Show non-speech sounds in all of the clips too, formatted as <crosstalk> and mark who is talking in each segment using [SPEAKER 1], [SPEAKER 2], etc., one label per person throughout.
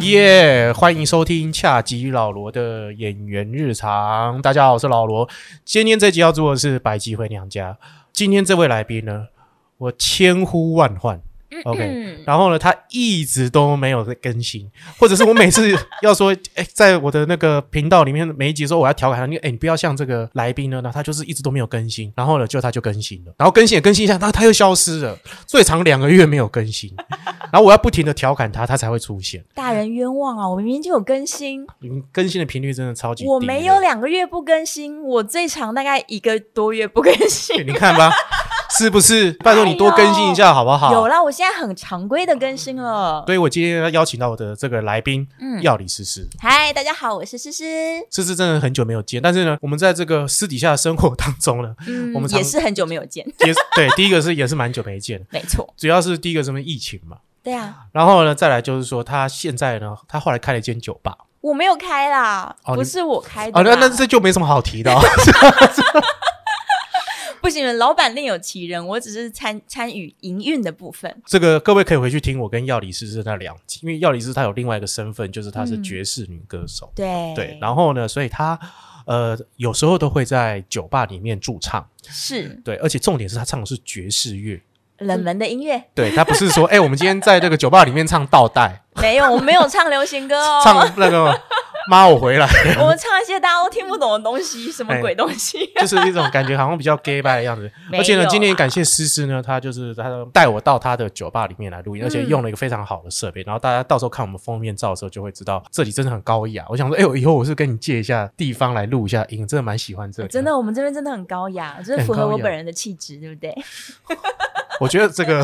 [SPEAKER 1] 耶欢迎收听恰吉老罗的演员日常。大家好，我是老罗。今天这集要做的是百集回娘家。今天这位来宾呢，我千呼万唤，OK
[SPEAKER 2] 嗯
[SPEAKER 1] 然后呢，他一直都没有在更新，或者是我每次要说， <laughs> 哎、在我的那个频道里面，每一集说我要调侃他，你哎、你不要像这个来宾呢，那他就是一直都没有更新，然后呢，就他就更新了，然后更新也更新一下，那他又消失了，最长两个月没有更新，然后我要不停的调侃他，他才会出现。
[SPEAKER 2] 大人冤枉啊！我明明就有更新，
[SPEAKER 1] 嗯，更新的频率真的超级低的，
[SPEAKER 2] 我没有两个月不更新，我最长大概一个多月不更
[SPEAKER 1] 对
[SPEAKER 2] 新。
[SPEAKER 1] 你看
[SPEAKER 2] <laughs>
[SPEAKER 1] 吧，是不是？拜托你多更新一下好不 <laughs> 好？嗯
[SPEAKER 2] 有啦，我现在很常规的更新了。
[SPEAKER 1] 所以我今天要邀请到我的这个来宾，
[SPEAKER 2] 嗯
[SPEAKER 1] 药理诗诗。
[SPEAKER 2] 嗨，大家好，我是诗诗。
[SPEAKER 1] 诗诗真的很久没有见，但是呢，我们在这个私底下的生活当中
[SPEAKER 2] <laughs>
[SPEAKER 1] 呢，
[SPEAKER 2] 嗯
[SPEAKER 1] 我们常
[SPEAKER 2] 也是很久没有
[SPEAKER 1] <laughs>
[SPEAKER 2] 见，
[SPEAKER 1] 也是对，第一个是也是蛮久没见的，
[SPEAKER 2] 没错。
[SPEAKER 1] 主要是第一个什么疫情嘛，
[SPEAKER 2] 对啊，
[SPEAKER 1] 然后呢，再来就是说他现在呢，他后来开了一间酒吧，
[SPEAKER 2] 我没有开啦，
[SPEAKER 1] 哦
[SPEAKER 2] 不
[SPEAKER 1] 你
[SPEAKER 2] 是我开的
[SPEAKER 1] 啊，
[SPEAKER 2] 啦。
[SPEAKER 1] 那那这就没什么好提的、哦， <laughs>
[SPEAKER 2] 不行，老板另有其人，我只是参参与营运的部分。
[SPEAKER 1] 这个各位可以回去听我跟药理诗诗那两集，因为药理诗她有另外一个身份，就是她是
[SPEAKER 2] 嗯
[SPEAKER 1] 爵士女歌手，
[SPEAKER 2] 对
[SPEAKER 1] 对，然后呢，所以她呃有时候都会在酒吧里面驻唱，
[SPEAKER 2] 是
[SPEAKER 1] 对，而且重点是她唱的是爵士乐，
[SPEAKER 2] 冷门的音乐，
[SPEAKER 1] 对她不是说哎、 <laughs> 我们今天在这个酒吧里面唱倒带，
[SPEAKER 2] 没有，我没有唱流行歌
[SPEAKER 1] 嗯 <laughs>
[SPEAKER 2] 哦。
[SPEAKER 1] 唱那
[SPEAKER 2] <laughs>
[SPEAKER 1] 个妈我回来，
[SPEAKER 2] 我们唱一些大家都听不懂的东西，什么
[SPEAKER 1] 哎
[SPEAKER 2] 鬼东西？
[SPEAKER 1] 就是一种感觉好像比较 gay 拜的样子。
[SPEAKER 2] 没有
[SPEAKER 1] 而且呢，
[SPEAKER 2] 啦
[SPEAKER 1] 今天也感谢诗诗呢，她就是她带我到她的酒吧里面来录音，
[SPEAKER 2] 嗯
[SPEAKER 1] 而且用了一个非常好的设备。然后大家到时候看我们封面照的时候，就会知道这里真的很高雅。我想说，哎、我以后我是跟你借一下地方来录一下音，真的蛮喜欢这里。
[SPEAKER 2] 哦真，的，我们这边真的很高雅，就是
[SPEAKER 1] 嗯很
[SPEAKER 2] 符合
[SPEAKER 1] 高
[SPEAKER 2] 我
[SPEAKER 1] 雅
[SPEAKER 2] 本人的气质，对不 <laughs> 对？
[SPEAKER 1] 我觉得这个，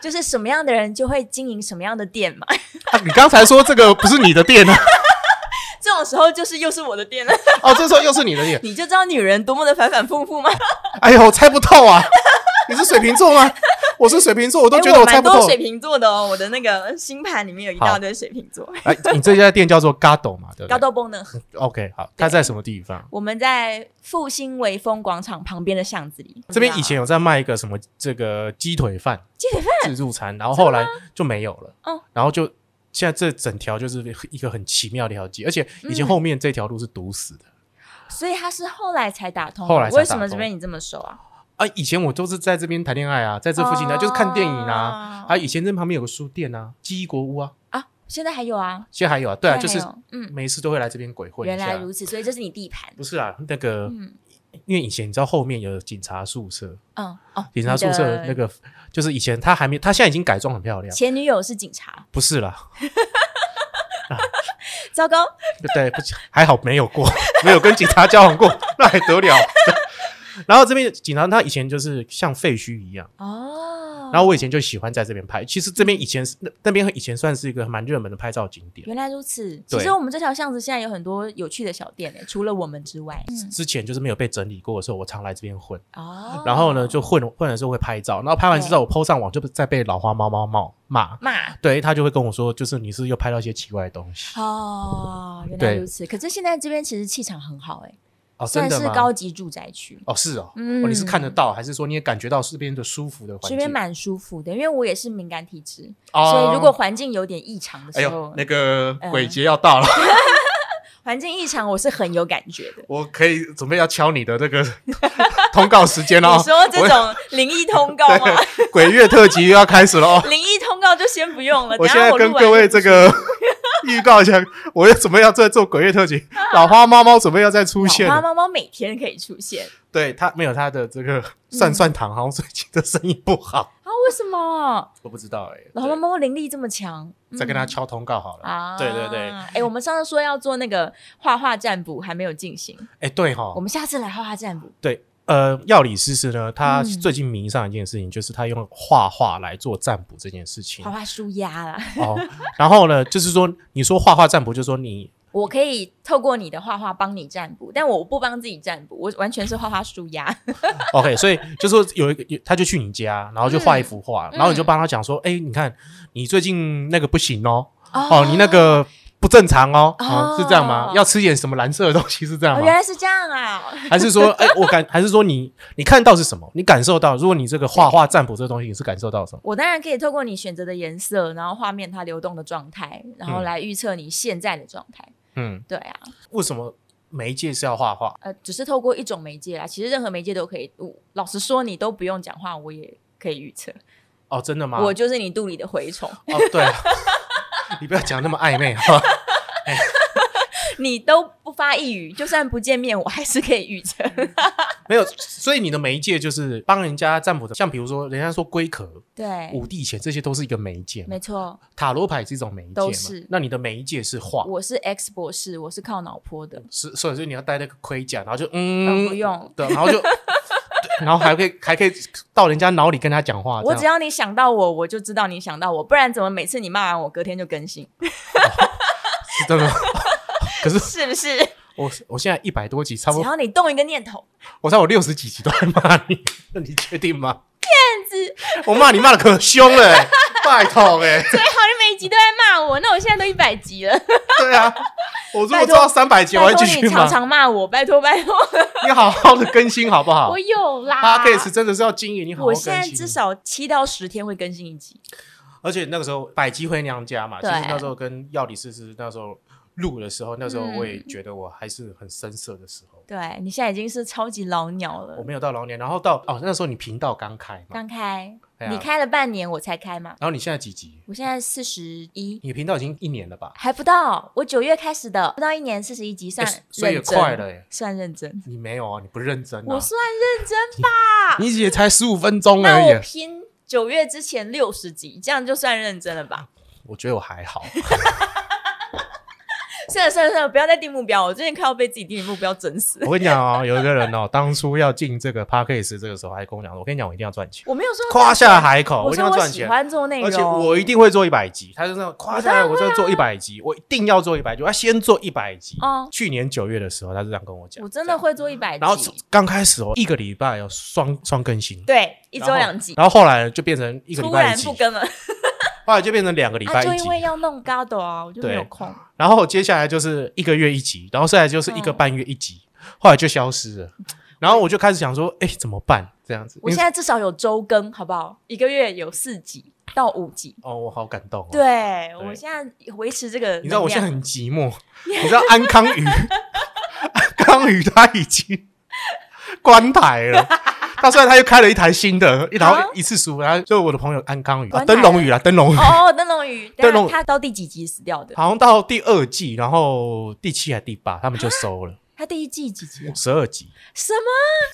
[SPEAKER 2] 就是什么样的人就会经营什么样的店嘛。 <laughs>
[SPEAKER 1] 啊、你刚才说这个不是你的店啊？
[SPEAKER 2] 这种时候就是又是我的店
[SPEAKER 1] <laughs>
[SPEAKER 2] 了，<laughs>
[SPEAKER 1] 哦，这时候又是你的店，
[SPEAKER 2] 你就知道女人多么的反反复复嘛。
[SPEAKER 1] 哎呦，我猜不透啊！你是水瓶座吗？我是水瓶座，我都
[SPEAKER 2] 诶
[SPEAKER 1] 觉得
[SPEAKER 2] 哎我
[SPEAKER 1] 猜
[SPEAKER 2] 蛮
[SPEAKER 1] 不
[SPEAKER 2] 多
[SPEAKER 1] 透
[SPEAKER 2] 水。瓶座的哦，我的那个星盘里面有一大堆水瓶座。
[SPEAKER 1] 哎，你这家店叫做 Gado 嘛，对不对
[SPEAKER 2] 高豆崩呢？
[SPEAKER 1] OK，好，它在什么地方？
[SPEAKER 2] 我们在复兴微风广场旁边的巷子里。
[SPEAKER 1] 这边以前有在卖一个什么这个鸡腿饭，
[SPEAKER 2] 鸡腿
[SPEAKER 1] 饭自助餐，然后后来就没有了。
[SPEAKER 2] 哦
[SPEAKER 1] 然后就现在这整条就是一个很奇妙的一条街，而且以前
[SPEAKER 2] 嗯
[SPEAKER 1] 后面这条路是堵死的。
[SPEAKER 2] 啊所以他是后来才打通的。
[SPEAKER 1] 后来才打通
[SPEAKER 2] 为什么这边你这么熟啊？
[SPEAKER 1] 啊，以前我都是在这边谈恋爱啊，在这附近呢、
[SPEAKER 2] 哦
[SPEAKER 1] 就是看电影啊。啊，以前这旁边有个书店啊，记忆国屋啊，
[SPEAKER 2] 啊，现在还有啊。
[SPEAKER 1] 现在还有啊。对啊，就
[SPEAKER 2] 现
[SPEAKER 1] 是
[SPEAKER 2] 在还有嗯，
[SPEAKER 1] 每次都会来这边鬼混
[SPEAKER 2] 原
[SPEAKER 1] 一
[SPEAKER 2] 来
[SPEAKER 1] 下
[SPEAKER 2] 如。此，所以这是你地盘。
[SPEAKER 1] 不是啊，那个、
[SPEAKER 2] 嗯
[SPEAKER 1] 因为以前你知道后面有警察宿舍，
[SPEAKER 2] 嗯哦，
[SPEAKER 1] 警察宿舍
[SPEAKER 2] 你
[SPEAKER 1] 那
[SPEAKER 2] 的
[SPEAKER 1] 个就是以前他还没，他现在已经改装很漂亮。
[SPEAKER 2] 前女友是警察，
[SPEAKER 1] 不是啦，
[SPEAKER 2] 糟糕，
[SPEAKER 1] 对，不是还好没有过， <laughs> 没有跟警察交往过， <laughs> 那还得了？然后这边警察他以前就是像废墟一样，
[SPEAKER 2] 哦，
[SPEAKER 1] 然后我以前就喜欢在这边拍。其实这边以前是那那边以前算是一个蛮热门的拍照景点，
[SPEAKER 2] 原来如此。
[SPEAKER 1] 对
[SPEAKER 2] 其实我们这条巷子现在有很多有趣的小店诶，除了我们之外，嗯
[SPEAKER 1] 之前就是没有被整理过的时候，我常来这边混。
[SPEAKER 2] 哦，
[SPEAKER 1] 然后呢，就混混的时候会拍照，然后拍完之后我 PO 上网，就再被老花猫猫猫骂。
[SPEAKER 2] 骂
[SPEAKER 1] 对，他就会跟我说，就是你是又拍到一些奇怪的东西
[SPEAKER 2] 哦，原来
[SPEAKER 1] 对
[SPEAKER 2] 如此。可是现在这边其实气场很好诶，
[SPEAKER 1] 哦，真
[SPEAKER 2] 算
[SPEAKER 1] 的
[SPEAKER 2] 是
[SPEAKER 1] 吗？
[SPEAKER 2] 高级住宅区。
[SPEAKER 1] 哦，是哦，
[SPEAKER 2] 嗯
[SPEAKER 1] 哦，你是看得到，还是说你也感觉到这边的舒服的环
[SPEAKER 2] 这
[SPEAKER 1] 境？
[SPEAKER 2] 边蛮舒服的，因为我也是敏感体质，
[SPEAKER 1] 哦
[SPEAKER 2] 所以如果环境有点异常的
[SPEAKER 1] 哎
[SPEAKER 2] 时
[SPEAKER 1] 呦
[SPEAKER 2] 候，，
[SPEAKER 1] 那个
[SPEAKER 2] 嗯
[SPEAKER 1] 鬼节要到了， <laughs>
[SPEAKER 2] 环境异常我是很有感觉的。
[SPEAKER 1] 我可以准备要敲你的这个 <laughs> 通告时间了哦。
[SPEAKER 2] 你说这种灵异
[SPEAKER 1] <laughs>
[SPEAKER 2] 通告吗？
[SPEAKER 1] 我鬼月特辑又要开始了
[SPEAKER 2] <laughs>
[SPEAKER 1] 哦，
[SPEAKER 2] 灵异通告就先不用了。
[SPEAKER 1] 我
[SPEAKER 2] 等下
[SPEAKER 1] 现在跟
[SPEAKER 2] 录完
[SPEAKER 1] 各位
[SPEAKER 2] 就
[SPEAKER 1] 这个 <laughs> 预告一下，我又准备要再做鬼月特辑，老花猫猫准备要再出现
[SPEAKER 2] 老花
[SPEAKER 1] 了。
[SPEAKER 2] 猫猫每天可以出现啊
[SPEAKER 1] <laughs> 对他没有他的这
[SPEAKER 2] 嗯
[SPEAKER 1] 个算算糖，好像最近的生意不好，
[SPEAKER 2] 啊？为什么
[SPEAKER 1] 我不知道哎。
[SPEAKER 2] 老花猫猫灵力这么强？嗯
[SPEAKER 1] 对再跟他敲通告好了。
[SPEAKER 2] 啊，
[SPEAKER 1] 对对对
[SPEAKER 2] 哎、我们上次说要做那个画画占卜，还没有进行，
[SPEAKER 1] 哎，对哈
[SPEAKER 2] 我，们下次来画画占卜。
[SPEAKER 1] 对。呃，药理诗诗呢，他
[SPEAKER 2] 嗯
[SPEAKER 1] 最近迷上一件事情，就是他用画画来做占卜这件事情
[SPEAKER 2] 画。画舒压啦， <laughs>
[SPEAKER 1] 哦，然后呢，就是说，你说画画占卜，就是说你
[SPEAKER 2] 我可以透过你的画画帮你占卜，但我不帮自己占卜，我完全是画画舒压。
[SPEAKER 1] OK，所以就是说有一个，有他就去你家，然后就画一幅画，<laughs>
[SPEAKER 2] 嗯
[SPEAKER 1] 然后你就帮他讲说，哎、你看你最近那个不行哦，
[SPEAKER 2] 哦
[SPEAKER 1] 哦，你那个不正常哦，
[SPEAKER 2] 哦
[SPEAKER 1] 啊是这样吗？要吃点什么蓝色的东西是这样
[SPEAKER 2] 哦，
[SPEAKER 1] 吗
[SPEAKER 2] 原？来是这样啊！
[SPEAKER 1] <laughs> 还是说，哎、我感还是说你你看到是什么？你感受到？如果你这个画画占卜这个东西，你是感受到什么？
[SPEAKER 2] 我当然可以透过你选择的颜色，然后画面它流动的状态，然后
[SPEAKER 1] 嗯
[SPEAKER 2] 来预测你现在的状态。
[SPEAKER 1] 嗯，
[SPEAKER 2] 对啊，
[SPEAKER 1] 为什么媒介是要画画？
[SPEAKER 2] 呃，只是透过一种媒介啦，其实任何媒介都可以。我老实说，你都不用讲话，我也可以预测。
[SPEAKER 1] 哦，真的吗？
[SPEAKER 2] 我就是你肚里的蛔虫， <laughs>
[SPEAKER 1] 哦，对、啊， <laughs> 你不要讲那么暧昧哈。 <laughs>
[SPEAKER 2] 你都不发一语，就算不见面，我还是可以预测。
[SPEAKER 1] 没有，所以你的媒介就是帮人家占卜的，像比如说人家说龟壳、
[SPEAKER 2] <laughs> 对，
[SPEAKER 1] 五帝钱，这些都是一个媒介嘛，
[SPEAKER 2] 没错，
[SPEAKER 1] 塔罗牌也是一种媒介嘛。
[SPEAKER 2] 都是
[SPEAKER 1] 那你的媒介是画，
[SPEAKER 2] 我是 X 博士，我是靠脑波的。
[SPEAKER 1] 是所以就你要戴那个盔甲，然后就
[SPEAKER 2] 嗯，
[SPEAKER 1] 嗯，
[SPEAKER 2] 不用，
[SPEAKER 1] 对，然后就对然后还可以还可以到人家脑里跟他讲话，
[SPEAKER 2] 我
[SPEAKER 1] 啊这
[SPEAKER 2] 只
[SPEAKER 1] 样
[SPEAKER 2] 要你想到我，我就知道你想到我，不然怎么每次你骂完我，隔天就更
[SPEAKER 1] <laughs>
[SPEAKER 2] 新，
[SPEAKER 1] 是真的吗。 <laughs> 可是
[SPEAKER 2] 是不是？
[SPEAKER 1] 我我现在一百多集，差不
[SPEAKER 2] 只
[SPEAKER 1] 多，
[SPEAKER 2] 要你动一个念头，
[SPEAKER 1] 我猜我六十几集都在骂你，那你确定吗？
[SPEAKER 2] 甚至
[SPEAKER 1] <laughs> 我骂你骂的可凶了、
[SPEAKER 2] <laughs>
[SPEAKER 1] 欸，拜托哎、欸，
[SPEAKER 2] 最好你每一集都在骂我，那我现在都一百集了，
[SPEAKER 1] 对
[SPEAKER 2] <laughs>
[SPEAKER 1] 啊，我如果
[SPEAKER 2] 拜
[SPEAKER 1] 做
[SPEAKER 2] 托
[SPEAKER 1] 到三百集，我
[SPEAKER 2] 拜
[SPEAKER 1] 会
[SPEAKER 2] 托
[SPEAKER 1] 继续
[SPEAKER 2] 你
[SPEAKER 1] 骂
[SPEAKER 2] 常。常骂我，拜托拜托，
[SPEAKER 1] 你好好的更新好不好
[SPEAKER 2] 我有啦。
[SPEAKER 1] ？Podcast 真的是要经营，你好好
[SPEAKER 2] 我
[SPEAKER 1] 更
[SPEAKER 2] 现
[SPEAKER 1] 新。哦
[SPEAKER 2] 在至少七到十天会更新一集，
[SPEAKER 1] 而且那个时候百吉回娘家嘛，其
[SPEAKER 2] 对
[SPEAKER 1] 实那时候跟药理师是那时候录的时候，那时
[SPEAKER 2] 嗯
[SPEAKER 1] 候我也觉得我还是很生涩的时候，
[SPEAKER 2] 对你现在已经是超级老鸟
[SPEAKER 1] 我
[SPEAKER 2] 了。
[SPEAKER 1] 没有到老年，然后到哦那时候你频道刚开嘛，
[SPEAKER 2] 刚开，
[SPEAKER 1] 对啊
[SPEAKER 2] 你开了半年，我才开嘛。
[SPEAKER 1] 然后你现在几集？
[SPEAKER 2] 我现在四十一，
[SPEAKER 1] 你的频道已经一年了吧？
[SPEAKER 2] 还不到，我九月开始的，不到一年四十一集，算
[SPEAKER 1] 欸所以也
[SPEAKER 2] 认真
[SPEAKER 1] 快了耶
[SPEAKER 2] 算认真，
[SPEAKER 1] 你没有啊？你不认真啊
[SPEAKER 2] 我？算认真吧。
[SPEAKER 1] 你也才十五分钟而
[SPEAKER 2] 那
[SPEAKER 1] 已啊
[SPEAKER 2] 我，拼九月之前六十集，这样就算认真了吧？
[SPEAKER 1] 我觉得我还好。
[SPEAKER 2] 算了算了算了，不要再定目标，我最近快要被自己定的目标整死了。
[SPEAKER 1] 我跟你讲哦，有一个人哦，当初要进这个 Podcast 这个时候，还跟我讲，我跟你讲，我一定要赚钱，
[SPEAKER 2] 我没有说
[SPEAKER 1] 夸下海口，
[SPEAKER 2] 我
[SPEAKER 1] 一定
[SPEAKER 2] 说
[SPEAKER 1] 要
[SPEAKER 2] 我
[SPEAKER 1] 赚
[SPEAKER 2] 喜
[SPEAKER 1] 钱。
[SPEAKER 2] 欢做内容，
[SPEAKER 1] 而且我一定会做一百集，他就这样夸下来，我就做一百集，我一定要做一百集，我要先做一百集。
[SPEAKER 2] 啊哦
[SPEAKER 1] 去年九月的时候，他是这样跟我讲，
[SPEAKER 2] 我真的会做一百
[SPEAKER 1] 这样。然后
[SPEAKER 2] 集，
[SPEAKER 1] 刚开始哦，一个礼拜有双双更新，
[SPEAKER 2] 对，一周
[SPEAKER 1] 然后
[SPEAKER 2] 两集，
[SPEAKER 1] 然后后来就变成一个礼
[SPEAKER 2] 突
[SPEAKER 1] 拜一
[SPEAKER 2] 然
[SPEAKER 1] 集
[SPEAKER 2] 不，更了，
[SPEAKER 1] 后来就变成两个 <laughs> 礼
[SPEAKER 2] 啊，
[SPEAKER 1] 拜
[SPEAKER 2] 就
[SPEAKER 1] 一
[SPEAKER 2] 因
[SPEAKER 1] 集，
[SPEAKER 2] 为要弄高的啊，我就没有
[SPEAKER 1] 对
[SPEAKER 2] 空。
[SPEAKER 1] 然后接下来就是一个月一集，然后再来就是一个
[SPEAKER 2] 嗯
[SPEAKER 1] 半月一集，后来就消失了。然后我就开始想说，哎，怎么办？这样子，
[SPEAKER 2] 我
[SPEAKER 1] 因
[SPEAKER 2] 现
[SPEAKER 1] 为
[SPEAKER 2] 在至少有周更，好不好？一个月有四集到五集。
[SPEAKER 1] 哦，我好感动哦。
[SPEAKER 2] 对，我现在维持这个能量，
[SPEAKER 1] 你知道我现在很寂寞，你知道安康
[SPEAKER 2] <laughs>
[SPEAKER 1] 鱼，安康鱼他已经关台了。他虽然他又开了一台新的，然
[SPEAKER 2] 啊
[SPEAKER 1] 后一次输，然后就我的朋友安康鱼，啊
[SPEAKER 2] 关台
[SPEAKER 1] 灯笼鱼啊，灯笼鱼，
[SPEAKER 2] 哦哦，灯笼鱼，
[SPEAKER 1] 灯
[SPEAKER 2] 等
[SPEAKER 1] 笼
[SPEAKER 2] 一下他到第几集死掉的？
[SPEAKER 1] 好像到第二季，然后第七还第八，他们就收了
[SPEAKER 2] 他第一季几集啊？
[SPEAKER 1] 十二集。
[SPEAKER 2] 什么？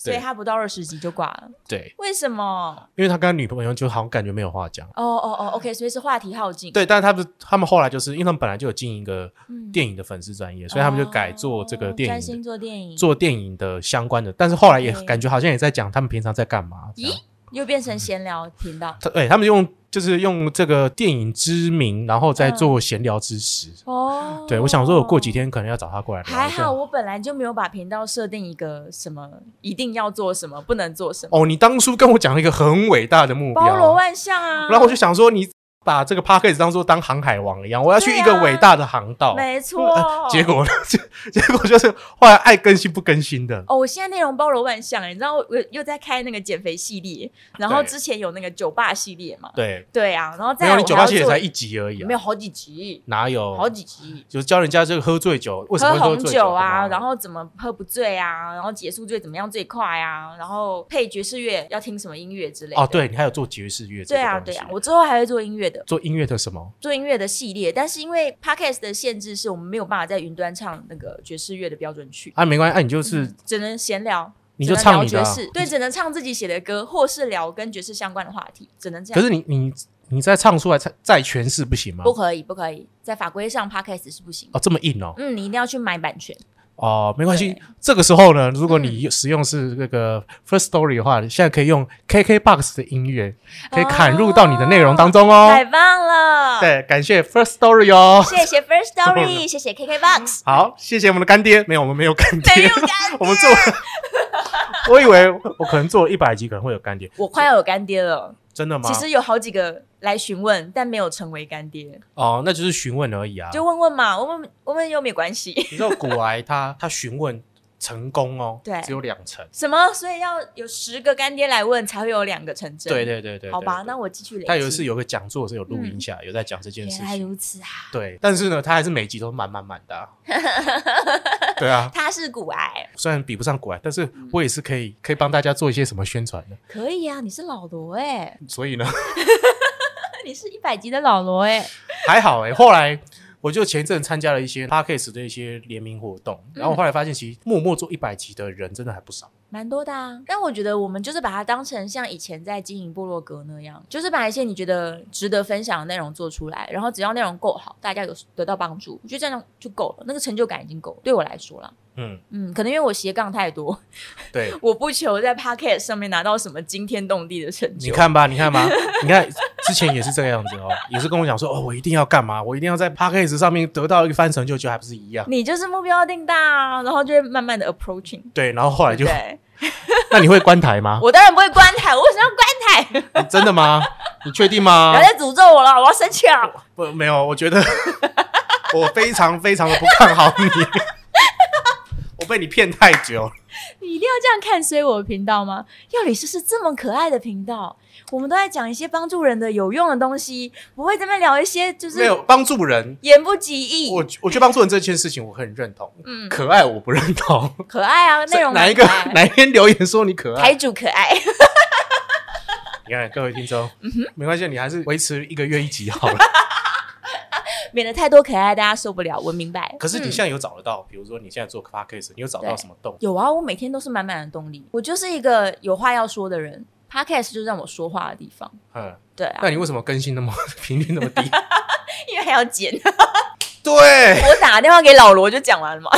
[SPEAKER 2] 所
[SPEAKER 1] 对
[SPEAKER 2] 以他不到二十集就挂了？
[SPEAKER 1] 对，
[SPEAKER 2] 为什么？
[SPEAKER 1] 因为他跟他女朋友就好像感觉没有话讲。
[SPEAKER 2] 哦哦哦，OK，所以是话题耗尽。
[SPEAKER 1] 对，但是他们他们后来就是因为他们本来就有经营一个
[SPEAKER 2] 嗯，
[SPEAKER 1] 电影的粉丝专业，所以他们就改做这个
[SPEAKER 2] 哦
[SPEAKER 1] 电
[SPEAKER 2] 专
[SPEAKER 1] 影
[SPEAKER 2] 心
[SPEAKER 1] 的
[SPEAKER 2] 做电影，
[SPEAKER 1] 做电影的相关的，但是后来也
[SPEAKER 2] OK
[SPEAKER 1] 感觉好像也在讲他们平常在干嘛。这样
[SPEAKER 2] 咦，又变成闲聊频道
[SPEAKER 1] 他对他们用就是用这个电影之名，然后再做闲聊之实。
[SPEAKER 2] 嗯哦。
[SPEAKER 1] <laughs> 对，我想说，我过几天可能要找他过来聊
[SPEAKER 2] 还
[SPEAKER 1] 一下。
[SPEAKER 2] 好，我本来就没有把频道设定一个什么一定要做什么，不能做什么，
[SPEAKER 1] 哦，你当初跟我讲了一个很伟大的目标，
[SPEAKER 2] 包罗万象啊。
[SPEAKER 1] 然后我就想说，你把这个 p a c k a g e 当做当航海王一样，我要去一
[SPEAKER 2] 对
[SPEAKER 1] 个
[SPEAKER 2] 啊
[SPEAKER 1] 伟大的航道。
[SPEAKER 2] 没
[SPEAKER 1] <laughs>
[SPEAKER 2] 错
[SPEAKER 1] 呃，结果呢？结结果就是后来爱更新不更新的。
[SPEAKER 2] 哦，我现在内容包罗万象，欸你知道我我又在开那个减肥系列，然后
[SPEAKER 1] 对
[SPEAKER 2] 之前有那个酒吧系列嘛，
[SPEAKER 1] 对，
[SPEAKER 2] 对啊，然后
[SPEAKER 1] 没
[SPEAKER 2] 再
[SPEAKER 1] 有
[SPEAKER 2] 来
[SPEAKER 1] 你
[SPEAKER 2] 我
[SPEAKER 1] 酒
[SPEAKER 2] 还
[SPEAKER 1] 吧
[SPEAKER 2] 要
[SPEAKER 1] 系也
[SPEAKER 2] 做
[SPEAKER 1] 才一集而已、啊
[SPEAKER 2] 没，有好几集，
[SPEAKER 1] 哪有？
[SPEAKER 2] 好几集。
[SPEAKER 1] 就是教人家这个喝醉酒为什么
[SPEAKER 2] 喝
[SPEAKER 1] 会喝
[SPEAKER 2] 红
[SPEAKER 1] 醉
[SPEAKER 2] 酒啊，
[SPEAKER 1] 干嘛
[SPEAKER 2] 然后怎么喝不醉啊，然后结束醉怎么样最快啊，然后配爵士乐要听什么音乐之类的。
[SPEAKER 1] 哦，对你还有做爵士乐这
[SPEAKER 2] 对
[SPEAKER 1] 个
[SPEAKER 2] 啊，
[SPEAKER 1] 东
[SPEAKER 2] 对
[SPEAKER 1] 西
[SPEAKER 2] 啊，我之后还会做音乐的，
[SPEAKER 1] 做音乐的什么？
[SPEAKER 2] 做音乐的系列，但是因为 podcast 的限制，是我们没有办法在云端唱那个爵士乐的标准曲，
[SPEAKER 1] 啊，没关系，啊，你就是、
[SPEAKER 2] 嗯只能闲聊，
[SPEAKER 1] 你就
[SPEAKER 2] 只能
[SPEAKER 1] 唱
[SPEAKER 2] 聊
[SPEAKER 1] 你的啊
[SPEAKER 2] 爵士，对，只能唱自己写的歌，或是聊跟爵士相关的话题，只能这
[SPEAKER 1] 可
[SPEAKER 2] 样。
[SPEAKER 1] 是你你你再唱出来再再诠释不行吗？
[SPEAKER 2] 不可以，不可以，在法规上 podcast 是不行的。
[SPEAKER 1] 哦，这么硬哦。
[SPEAKER 2] 嗯，你一定要去买版权。
[SPEAKER 1] 哦，没关系
[SPEAKER 2] 对。嗯
[SPEAKER 1] 这个时候呢，如果你使用是这个 First Story 的话，你现在可以用 KKBox 的音乐，可以砍入到你的内容当中哦。
[SPEAKER 2] 哦太棒了！，
[SPEAKER 1] 对，感谢 First Story 哦。
[SPEAKER 2] 谢谢
[SPEAKER 1] <laughs>
[SPEAKER 2] First
[SPEAKER 1] 终
[SPEAKER 2] Story，谢谢 KKBox，
[SPEAKER 1] <laughs> 好，谢谢我们的干爹。没有，我们没有干
[SPEAKER 2] 没
[SPEAKER 1] 爹
[SPEAKER 2] 有，干
[SPEAKER 1] 我们做 <laughs> 我以为我可能做一百集可能会有干爹，
[SPEAKER 2] 我快要有干爹了。
[SPEAKER 1] 真的吗？
[SPEAKER 2] 其实有好几个来询问，但没有成为干爹，
[SPEAKER 1] 哦，那就是询问而已啊。
[SPEAKER 2] 就问问嘛，问问问问又没有关系。
[SPEAKER 1] 你知道古癌他他询问成功哦，
[SPEAKER 2] 对
[SPEAKER 1] 只有两成。
[SPEAKER 2] 什么？所以要有十个干爹来问，才会有两个成真。
[SPEAKER 1] 对对对对，
[SPEAKER 2] 好吧，
[SPEAKER 1] 对
[SPEAKER 2] 那嗯我继续累积。
[SPEAKER 1] 他有一次有个讲座是有录音下来，有在讲这件事
[SPEAKER 2] 原来
[SPEAKER 1] 情。
[SPEAKER 2] 如此啊，
[SPEAKER 1] 对，但是呢，他还是每集都满满满的
[SPEAKER 2] <laughs>
[SPEAKER 1] 啊。对啊，
[SPEAKER 2] 他是骨癌，
[SPEAKER 1] 虽然比不上古癌，但是我也是可以可以帮大家做一些什么宣传的。
[SPEAKER 2] 可以啊，你是老罗哎、 <laughs>
[SPEAKER 1] 所以呢，
[SPEAKER 2] 你是一百级的老罗哎、
[SPEAKER 1] 还好哎、后来。我就前一阵参加了一些 podcast 的一些联名活动，
[SPEAKER 2] 嗯
[SPEAKER 1] 然后我后来发现，其实默默做一百集的人真的还不少。
[SPEAKER 2] 蛮多的啊。但我觉得我们就是把它当成像以前在经营部落格那样，就是把一些你觉得值得分享的内容做出来，然后只要内容够好，大家有得到帮助，我觉得这样就够了，那个成就感已经够了。对我来说啦，
[SPEAKER 1] 嗯，
[SPEAKER 2] 嗯，可能因为我斜杠太多，
[SPEAKER 1] 对，
[SPEAKER 2] 我不求在 Pocket 上面拿到什么惊天动地的成就。
[SPEAKER 1] 你，看吧，你看吧，你看之前也是这个样子哦，也是跟我讲说哦，我一定要干嘛，我一定要在 p a c k a g e 上面得到一个翻成就，就还不是一样？
[SPEAKER 2] 你就是目标定大啊，然后就会慢慢的 approaching。
[SPEAKER 1] 对，然后后来就
[SPEAKER 2] 对不，对，
[SPEAKER 1] 那你会关台
[SPEAKER 2] <laughs>
[SPEAKER 1] 吗？
[SPEAKER 2] 我当然不会关台，我为什么要关
[SPEAKER 1] <laughs>
[SPEAKER 2] 台？
[SPEAKER 1] 你真的吗？你确定吗
[SPEAKER 2] 不要？再诅咒我了，我要生气
[SPEAKER 1] <laughs>
[SPEAKER 2] 了。
[SPEAKER 1] 不，没有，我觉得我非常非常的不看好你，我被你骗太久了。
[SPEAKER 2] 你一定要这样看衰我的频道吗？药理师是这么可爱的频道，我们都在讲一些帮助人的有用的东西，不会这边聊一些就
[SPEAKER 1] 没有
[SPEAKER 2] 是
[SPEAKER 1] 帮助人，
[SPEAKER 2] 言不及义。
[SPEAKER 1] 我我觉得帮助人这件事情我很认同，
[SPEAKER 2] 嗯，
[SPEAKER 1] 可爱我不认同。
[SPEAKER 2] 可爱啊， <laughs> 内容
[SPEAKER 1] 哪
[SPEAKER 2] 蛮
[SPEAKER 1] 一个
[SPEAKER 2] 可爱
[SPEAKER 1] <laughs> 哪一天留言说你可爱？
[SPEAKER 2] 台主可爱？ <laughs>
[SPEAKER 1] 你看各位听众，
[SPEAKER 2] 嗯
[SPEAKER 1] 没关系，你还是维持一个月一集
[SPEAKER 2] <laughs>
[SPEAKER 1] 好了。
[SPEAKER 2] 免得太多可爱，大家受不了。我明白。
[SPEAKER 1] 可是你
[SPEAKER 2] 嗯
[SPEAKER 1] 现在有找得到，比如说你现在做 p a c a s e 你有找到什么洞？
[SPEAKER 2] 有啊，我每天都是满满的动力。我就是一个有话要说的人，Podcast 就让我说话的地方。
[SPEAKER 1] 嗯，
[SPEAKER 2] 对啊，
[SPEAKER 1] 那你为什么更新那么频率那么低？ <laughs>
[SPEAKER 2] <laughs> 因为还要剪。
[SPEAKER 1] 对，
[SPEAKER 2] 我打电话给老罗就讲完了
[SPEAKER 1] <laughs>
[SPEAKER 2] 嘛，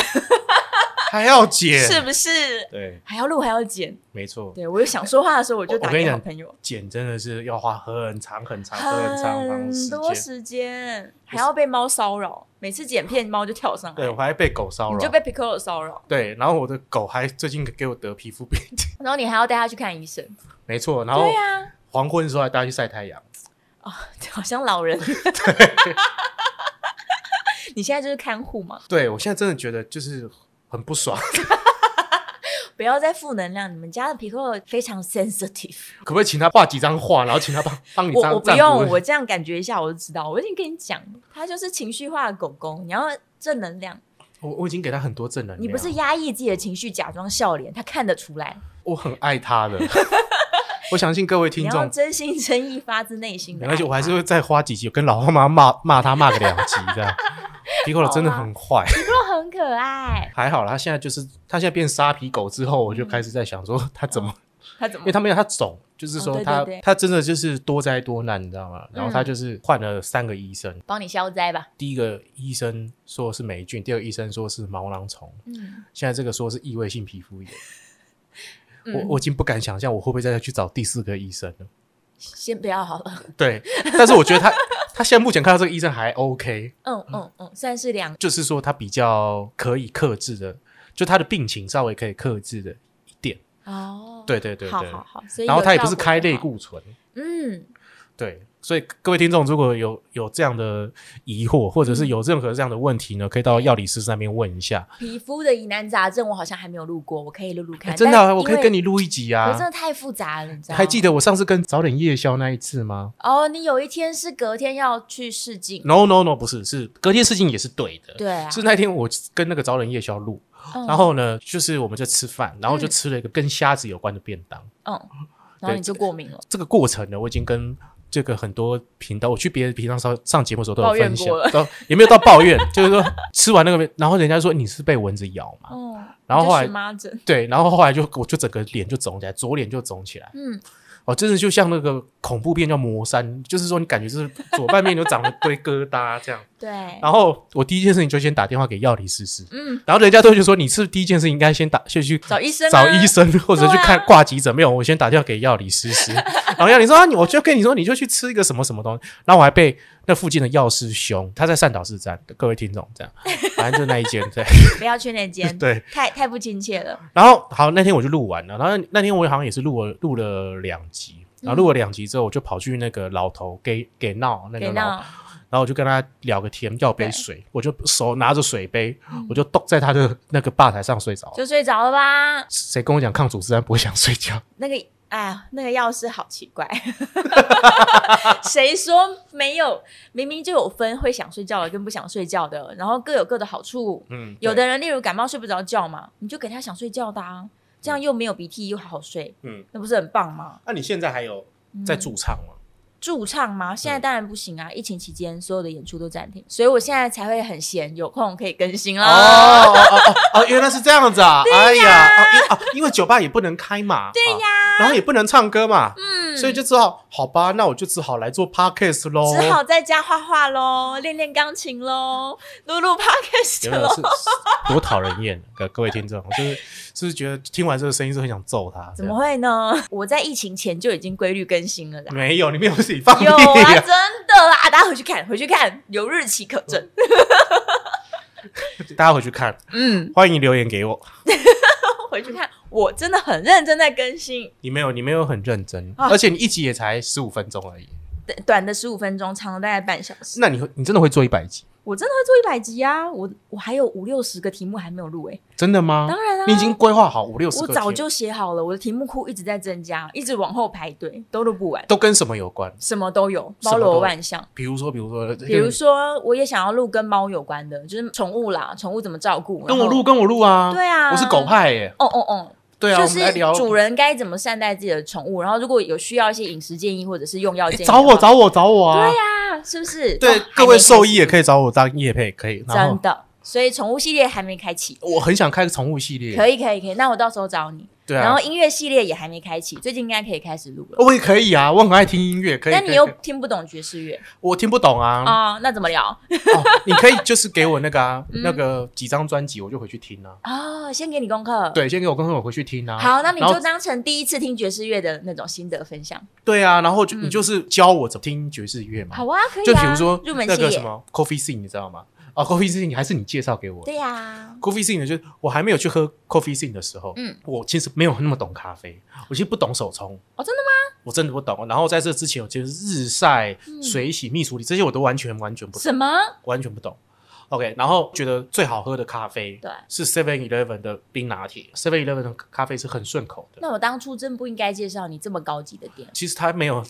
[SPEAKER 1] 还要剪，
[SPEAKER 2] 是不是？
[SPEAKER 1] 对，
[SPEAKER 2] 还要录还要剪。
[SPEAKER 1] 没错，
[SPEAKER 2] 对我有想说话的时候，我就
[SPEAKER 1] 我
[SPEAKER 2] 打
[SPEAKER 1] 我跟你
[SPEAKER 2] 给
[SPEAKER 1] 讲
[SPEAKER 2] 好朋友。
[SPEAKER 1] 剪真的是要花很长很长很长很长时
[SPEAKER 2] 多
[SPEAKER 1] 间。
[SPEAKER 2] 时间，还要被猫骚扰，每次剪片猫就跳上来
[SPEAKER 1] 对，我，还被狗骚
[SPEAKER 2] 你
[SPEAKER 1] 扰
[SPEAKER 2] 就，被 Piccolo 骚扰，
[SPEAKER 1] 对，然后我的狗还最近给我得皮肤病， <laughs>
[SPEAKER 2] 然后你还要带它去看医生。
[SPEAKER 1] 没错，然后
[SPEAKER 2] 对啊，
[SPEAKER 1] 黄昏的时候还带它去晒太阳，
[SPEAKER 2] 好像老人。 <laughs> 你现在就是看护嘛，
[SPEAKER 1] 对我现在真的觉得就是很不爽，
[SPEAKER 2] 不要再负能量。你们家的 Piccolo 非常 sensitive，
[SPEAKER 1] 可不可以请他画几张画，然后请他帮帮你
[SPEAKER 2] 我
[SPEAKER 1] 占
[SPEAKER 2] 我不
[SPEAKER 1] 占卜
[SPEAKER 2] 用，我这样感觉一下我就知道。我已经跟你讲，它就是情绪化的狗狗，你要正能量。
[SPEAKER 1] 我我已经给他很多正能量，
[SPEAKER 2] 你不是压抑自己的情绪，假装笑脸，它看得出来。
[SPEAKER 1] 我很爱他
[SPEAKER 2] <laughs>
[SPEAKER 1] 的，我相信各位
[SPEAKER 2] 你
[SPEAKER 1] 听
[SPEAKER 2] 要
[SPEAKER 1] 众，
[SPEAKER 2] 真心真意，发自内心的。
[SPEAKER 1] 没关系，我还是会再花几集，跟老妈妈骂骂他骂个两集这样。皮克罗真的
[SPEAKER 2] 啊
[SPEAKER 1] 很坏，
[SPEAKER 2] Piccolo 很可爱。
[SPEAKER 1] 还好啦，他现在就是他现在变沙皮狗之后，我就开始在想说他怎么，
[SPEAKER 2] 他怎
[SPEAKER 1] 因
[SPEAKER 2] 么
[SPEAKER 1] 为？他没有他肿，就是说
[SPEAKER 2] 哦
[SPEAKER 1] 他、
[SPEAKER 2] 嗯对对对嗯
[SPEAKER 1] 他真的就是多灾多难，你知道吗？然后他就是换了三个医生，
[SPEAKER 2] 帮你消灾吧。
[SPEAKER 1] 第一个医生说是霉菌，第二个医生说是毛囊虫，
[SPEAKER 2] 嗯，
[SPEAKER 1] 现在这个说是异位性皮肤炎，
[SPEAKER 2] 嗯
[SPEAKER 1] 我我已经不敢想象我会不会再去找第四个医生了。
[SPEAKER 2] 先不要好了。
[SPEAKER 1] 对，但是我觉得他 <laughs> 他现在目前看到这个医生还 OK，
[SPEAKER 2] 嗯嗯嗯，算是两
[SPEAKER 1] 就是说他比较可以克制的，就他的病情稍微可以克制的一点。
[SPEAKER 2] 哦。
[SPEAKER 1] 对对对对。
[SPEAKER 2] 好好好。所以
[SPEAKER 1] 然后他也不是
[SPEAKER 2] 有照顾
[SPEAKER 1] 开类
[SPEAKER 2] 就好。
[SPEAKER 1] 固醇，
[SPEAKER 2] 嗯，
[SPEAKER 1] 对。所以各位听众如果有有这样的疑惑，或
[SPEAKER 2] 嗯
[SPEAKER 1] 者是有任何这样的问题呢，可以到药理师那边问一下。
[SPEAKER 2] 皮肤的疑难杂症我好像还没有录过，我可以录录
[SPEAKER 1] 哎
[SPEAKER 2] 看。
[SPEAKER 1] 真的、啊，我可以跟
[SPEAKER 2] 你。
[SPEAKER 1] 你录一集
[SPEAKER 2] 我真
[SPEAKER 1] 啊。
[SPEAKER 2] 的太复杂了，你知道吗？
[SPEAKER 1] 还记得我上次跟早点夜宵那一次吗
[SPEAKER 2] 哦，你有一天是隔天要去试镜，
[SPEAKER 1] ？No No No，不是，是隔天事情也是对的。
[SPEAKER 2] 对啊，
[SPEAKER 1] 是那天我跟那个早点夜宵录，
[SPEAKER 2] 嗯
[SPEAKER 1] 然后呢，就是我们就吃饭，然后就
[SPEAKER 2] 嗯
[SPEAKER 1] 吃了一个跟虾子有关的便当。
[SPEAKER 2] 嗯，然后你就过敏了，
[SPEAKER 1] 这个过程呢，我已经跟这个很多频道，我去别的频道上上节目的时候都有
[SPEAKER 2] 抱怨
[SPEAKER 1] 分享
[SPEAKER 2] 过了，
[SPEAKER 1] 都也没有到抱怨，就是说吃完那个，然后人家说你是被蚊子咬嘛，
[SPEAKER 2] 嗯，
[SPEAKER 1] 啊然后
[SPEAKER 2] 你
[SPEAKER 1] 后
[SPEAKER 2] 就
[SPEAKER 1] 来
[SPEAKER 2] 荨麻疹，
[SPEAKER 1] 对，然后后来就我就整个脸就肿起来，左脸就肿起来，
[SPEAKER 2] 嗯，
[SPEAKER 1] 哦，真的就像那个恐怖片叫魔山，就是说你感觉就是左半面就长了堆疙瘩这样，
[SPEAKER 2] 对，
[SPEAKER 1] 然后我第一件事情就先打电话给药理师师。
[SPEAKER 2] 嗯，
[SPEAKER 1] 然后人家都就说你是不是第一件事应该先打，先去
[SPEAKER 2] 找医生啊，
[SPEAKER 1] 找医生或者去
[SPEAKER 2] 对啊
[SPEAKER 1] 看挂急诊，没有，我先打电话给药理师师，然后你说、啊、你，我就跟你说，你就去吃一个什么什么东西。然后我还被那附近的药师兄，他在善导市站，各位听众这样，反正就那一间对
[SPEAKER 2] 不要去那
[SPEAKER 1] <laughs>
[SPEAKER 2] 间，
[SPEAKER 1] 对。
[SPEAKER 2] 太太不亲切了。
[SPEAKER 1] 然后好，那天我就录完了，然后那天我好像也是录了录了两集，然后录了两集之后，我就跑去那个老头给给闹那个
[SPEAKER 2] 给
[SPEAKER 1] 老
[SPEAKER 2] 闹，
[SPEAKER 1] 然后我就跟他聊个天，要杯
[SPEAKER 2] 对
[SPEAKER 1] 水，我就手拿着水杯，我就咚在他的那个吧台上睡着了。
[SPEAKER 2] 就睡着了吧？
[SPEAKER 1] 谁跟我讲抗组织胺不会想睡觉？
[SPEAKER 2] 那个，哎呀，那个药师好奇怪，谁说没有？明明就有分会想睡觉的跟不想睡觉的，然后各有各的好处。
[SPEAKER 1] <laughs> 嗯，
[SPEAKER 2] 有的人例如感冒睡不着觉嘛，你就给他想睡觉的啊，这样又没有鼻涕又好好睡，
[SPEAKER 1] 嗯，啊
[SPEAKER 2] 那不是很棒吗？
[SPEAKER 1] 那、你现在还有嗯在驻唱吗？
[SPEAKER 2] 驻唱吗？现在
[SPEAKER 1] 嗯
[SPEAKER 2] 当然不行啊！疫情期间所有的演出都暂停，所以我现在才会很闲，有空可以更新
[SPEAKER 1] 哦
[SPEAKER 2] 啦。
[SPEAKER 1] 哦哦哦哦，原来是这样子啊！哎呀，哦因哦，因为酒吧也不能开嘛，对呀、然后也不能唱歌嘛，
[SPEAKER 2] 嗯，
[SPEAKER 1] 所以就只好好吧，那我就只好来做 podcast 喽。
[SPEAKER 2] 只好在家画画喽，练练钢琴喽，录录 podcast
[SPEAKER 1] 有没有
[SPEAKER 2] 喽。
[SPEAKER 1] 是是多讨人厌？各各位听众，就是是不是觉得听完这个声音是很想揍他？
[SPEAKER 2] 怎么会呢？我在疫情前就已经规律更新了
[SPEAKER 1] 这
[SPEAKER 2] 啦
[SPEAKER 1] 样。没有？你没有自己放屁 <laughs>
[SPEAKER 2] 有啊，
[SPEAKER 1] 嗯哎呀、
[SPEAKER 2] 真的啦，大家回去看，回去看，有日期可证。
[SPEAKER 1] 大家回去看，
[SPEAKER 2] 嗯，
[SPEAKER 1] 欢迎留言给我。
[SPEAKER 2] 回去看，我真的很认真在更新，
[SPEAKER 1] 你没有，你没有很认真，
[SPEAKER 2] 啊
[SPEAKER 1] 而且你一集也才十五分钟而已。
[SPEAKER 2] 短短的十五分钟，长的大概半小时。
[SPEAKER 1] 那你会，你真的会做一百集？
[SPEAKER 2] 我真的会做一百集啊！我我还有五六十个题目还没有录诶、欸
[SPEAKER 1] 真的吗？
[SPEAKER 2] 当然啊
[SPEAKER 1] 你已经规划好五六十
[SPEAKER 2] 我
[SPEAKER 1] 个，
[SPEAKER 2] 早就写好了，我的题目库一直在增加，一直往后排队，都录不完，
[SPEAKER 1] 都跟什么有关？
[SPEAKER 2] 什么都有，
[SPEAKER 1] 什么
[SPEAKER 2] 包
[SPEAKER 1] 都有嗯
[SPEAKER 2] 罗万象。
[SPEAKER 1] 比如说，比如说，
[SPEAKER 2] 比如说，我也想要录跟猫有关的，就是宠物啦，宠物怎么照顾，
[SPEAKER 1] 跟我
[SPEAKER 2] 然后
[SPEAKER 1] 录，。跟我录啊，
[SPEAKER 2] 对啊
[SPEAKER 1] 我是狗派耶，
[SPEAKER 2] 哦哦哦，
[SPEAKER 1] 对啊，
[SPEAKER 2] 就
[SPEAKER 1] 我们来
[SPEAKER 2] 是
[SPEAKER 1] 聊。
[SPEAKER 2] 主人该怎么善待自己的宠物，然后如果有需要一些饮食建议或者是用药
[SPEAKER 1] 诶
[SPEAKER 2] 建议的
[SPEAKER 1] 哎找
[SPEAKER 2] 话，
[SPEAKER 1] 我，找我，找我啊！
[SPEAKER 2] 对呀、是不是？
[SPEAKER 1] 对
[SPEAKER 2] 哦
[SPEAKER 1] 各位兽医，
[SPEAKER 2] 还
[SPEAKER 1] 也可以找我当叶配，可以。
[SPEAKER 2] 没开
[SPEAKER 1] 然
[SPEAKER 2] 始真
[SPEAKER 1] 后
[SPEAKER 2] 的，所以宠物系列还没开启，
[SPEAKER 1] 我很想开个宠物系列，
[SPEAKER 2] 可以可以可以，那我到时候找你。
[SPEAKER 1] 对啊，
[SPEAKER 2] 然后音乐系列也还没开启，最近应该可以开始录了。
[SPEAKER 1] 我也可以啊，我很爱听音乐，可以。
[SPEAKER 2] 但你
[SPEAKER 1] 可以
[SPEAKER 2] 又
[SPEAKER 1] 可以
[SPEAKER 2] 听不懂爵士乐
[SPEAKER 1] 我听不懂啊，
[SPEAKER 2] 啊、那怎么聊
[SPEAKER 1] 哦，你可以就是给我那个
[SPEAKER 2] <laughs>
[SPEAKER 1] 啊，
[SPEAKER 2] 嗯
[SPEAKER 1] 那个几张专辑，我就回去听啊。
[SPEAKER 2] 啊、哦？先给你功课。。
[SPEAKER 1] 对，先给我跟我回去听啊。
[SPEAKER 2] 好，那你
[SPEAKER 1] 然
[SPEAKER 2] 就
[SPEAKER 1] 后
[SPEAKER 2] 当成第一次听爵士乐的那种心得分享。
[SPEAKER 1] 对啊，然后就你
[SPEAKER 2] 嗯
[SPEAKER 1] 就是教我怎么听爵士乐嘛。
[SPEAKER 2] 好啊，可以啊。
[SPEAKER 1] 就比如说
[SPEAKER 2] 入门
[SPEAKER 1] 那
[SPEAKER 2] 系
[SPEAKER 1] 个什
[SPEAKER 2] 列，
[SPEAKER 1] 么 Coffee Scene，你知道吗？啊，Coffee Scene 还是你介绍给我的。
[SPEAKER 2] 对呀、
[SPEAKER 1] Coffee Scene 就是我还没有去喝 Coffee Scene 的时候，
[SPEAKER 2] 嗯，
[SPEAKER 1] 我其实没有那么懂咖啡，我其实不懂手冲。
[SPEAKER 2] 哦真的
[SPEAKER 1] 吗？我真的不懂。然后在这之前，我其实日晒、
[SPEAKER 2] 嗯
[SPEAKER 1] 水洗、蜜处理这些我都完全完全不懂，
[SPEAKER 2] 什么？
[SPEAKER 1] 完全不懂。OK，然后觉得最好喝的咖啡，
[SPEAKER 2] 对
[SPEAKER 1] 是 Seven Eleven 的冰拿铁。Seven Eleven 的咖啡是很顺口的，
[SPEAKER 2] 那我当初真不应该介绍你这么高级的店。
[SPEAKER 1] 其实它没有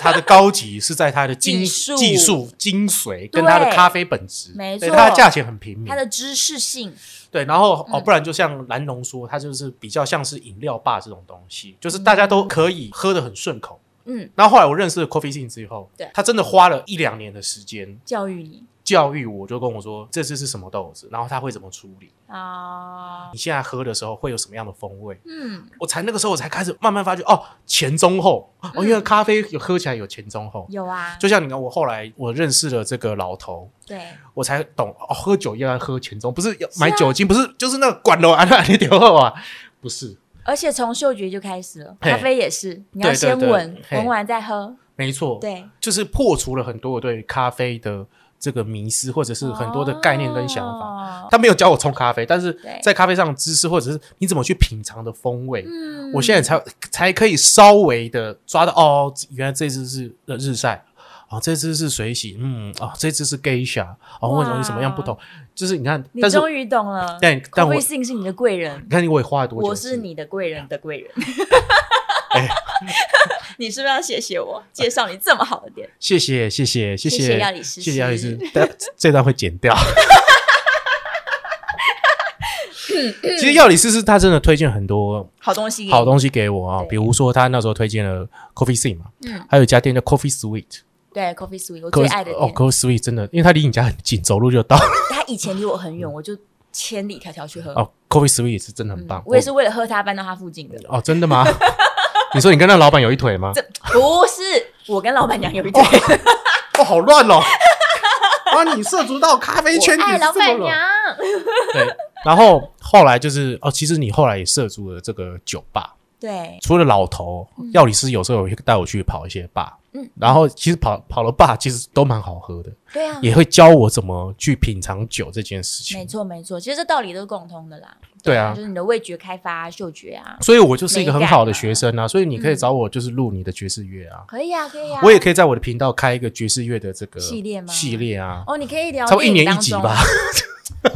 [SPEAKER 1] 它的高级是在它的精
[SPEAKER 2] 技术
[SPEAKER 1] 技术精髓跟
[SPEAKER 2] 对
[SPEAKER 1] 它的咖啡本质，
[SPEAKER 2] 没
[SPEAKER 1] 对
[SPEAKER 2] 错
[SPEAKER 1] 它的价钱很平民
[SPEAKER 2] 它。的知识性，
[SPEAKER 1] 对，然后哦，
[SPEAKER 2] 嗯
[SPEAKER 1] 不然就像蓝龙说，它就是比较像是饮料吧这种东西，就是大家都可以喝得很顺口。
[SPEAKER 2] 嗯，
[SPEAKER 1] 然后后来我认识了 Coffee Sin 之后，
[SPEAKER 2] 对
[SPEAKER 1] 他真的花了一两年的时间
[SPEAKER 2] 教育你
[SPEAKER 1] 教育我，就跟我说这次是什么豆子，然后他会怎么处理，
[SPEAKER 2] 啊、
[SPEAKER 1] 你现在喝的时候会有什么样的风味。
[SPEAKER 2] 嗯，
[SPEAKER 1] 我才那个时候我才开始慢慢发觉哦，前中后哦，
[SPEAKER 2] 嗯
[SPEAKER 1] 因为咖啡有喝起来有前中后，
[SPEAKER 2] 有啊，
[SPEAKER 1] 就像你看，我后来我认识了这个老头，
[SPEAKER 2] 对，
[SPEAKER 1] 我才懂哦，喝酒要喝前中，不是要买
[SPEAKER 2] 是啊
[SPEAKER 1] 酒精，不是就是那个管楼啊，那你丢后啊，不是，
[SPEAKER 2] 而且从嗅觉就开始了，
[SPEAKER 1] 嘿
[SPEAKER 2] 咖啡也是，你要
[SPEAKER 1] 对对
[SPEAKER 2] 先
[SPEAKER 1] 对
[SPEAKER 2] 闻，
[SPEAKER 1] 嘿
[SPEAKER 2] 闻完再喝，
[SPEAKER 1] 没错，
[SPEAKER 2] 对，
[SPEAKER 1] 就是破除了很多我对咖啡的这个迷思，或者是很多的概念跟想法。
[SPEAKER 2] 法。
[SPEAKER 1] 他没有教我冲咖啡，但是
[SPEAKER 2] 哦对
[SPEAKER 1] 在咖啡上的知识，或者是你怎么去品尝的风味，
[SPEAKER 2] 嗯
[SPEAKER 1] 我现在才才可以稍微的抓到哦，原来这只是呃日晒。哦，这只是水洗，嗯，哦，这只是 geisha，哦，为什么有什么样不同？就是你看，
[SPEAKER 2] 你
[SPEAKER 1] 但是
[SPEAKER 2] 终于懂了，
[SPEAKER 1] 但但我
[SPEAKER 2] 微信是你的贵人
[SPEAKER 1] 你，看我也花了多久？哎
[SPEAKER 2] 我是，你的贵人的
[SPEAKER 1] <laughs>
[SPEAKER 2] 贵人。 <laughs> 你是不是要谢谢我介绍你这么好的店？
[SPEAKER 1] 谢谢谢谢谢
[SPEAKER 2] 谢谢亚里士
[SPEAKER 1] 谢谢亚里士
[SPEAKER 2] 师， <laughs>
[SPEAKER 1] 但这段会剪掉。其实药理师是他真的推荐很多
[SPEAKER 2] 好东西，
[SPEAKER 1] 好东西给我啊，
[SPEAKER 2] 对
[SPEAKER 1] 比如说他那时候推荐了 Coffee C 嘛，
[SPEAKER 2] 嗯
[SPEAKER 1] 还有一家店叫 Coffee Sweet，
[SPEAKER 2] 对 Coffee Sweet 我最
[SPEAKER 1] Coffee-
[SPEAKER 2] 爱的
[SPEAKER 1] 哦
[SPEAKER 2] 店。
[SPEAKER 1] ，Coffee Sweet 真的，因为它离你家很近，走路就到。
[SPEAKER 2] 他以前离我很远，我就千里迢迢去喝。
[SPEAKER 1] 哦，Coffee 啊 Sweet 也是真的很
[SPEAKER 2] 嗯
[SPEAKER 1] 棒。
[SPEAKER 2] 我也是为了喝它搬到他附近的。
[SPEAKER 1] 我。哦，真的
[SPEAKER 2] <laughs>
[SPEAKER 1] 吗？你说你跟那老板有一腿吗？
[SPEAKER 2] 这不是我跟老板娘有一腿，
[SPEAKER 1] 哦，好乱哦！ <laughs> 啊，你涉足到咖啡圈，
[SPEAKER 2] 我爱
[SPEAKER 1] 你
[SPEAKER 2] 老
[SPEAKER 1] 是这
[SPEAKER 2] 板
[SPEAKER 1] 么
[SPEAKER 2] 娘
[SPEAKER 1] 乱。。对，然后后来就是哦，其实你后来也涉足了这个酒吧，
[SPEAKER 2] 对，
[SPEAKER 1] 除了老头，药理师有时候也会带我去跑一些坝，
[SPEAKER 2] 嗯
[SPEAKER 1] 然后其实跑跑了坝其实都蛮好喝的，
[SPEAKER 2] 对啊，
[SPEAKER 1] 也会教我怎么去品尝酒这件事
[SPEAKER 2] 没
[SPEAKER 1] 情。
[SPEAKER 2] 错没错，其实这道理都是共通的啦。
[SPEAKER 1] 对啊
[SPEAKER 2] 就，是你的味觉开发、嗅觉啊，
[SPEAKER 1] 所以我就是一个很好的
[SPEAKER 2] 美感啊
[SPEAKER 1] 学生啊，所以你可以找我就是录你的爵士乐啊，
[SPEAKER 2] 可以啊，可以啊。
[SPEAKER 1] 我也可以在我的频道开一个爵士乐的这个
[SPEAKER 2] 系列吗
[SPEAKER 1] 系列啊，
[SPEAKER 2] 哦，你可以聊
[SPEAKER 1] 差不多一
[SPEAKER 2] 电影
[SPEAKER 1] 年
[SPEAKER 2] 当
[SPEAKER 1] 一
[SPEAKER 2] 中
[SPEAKER 1] 集吧。 <laughs>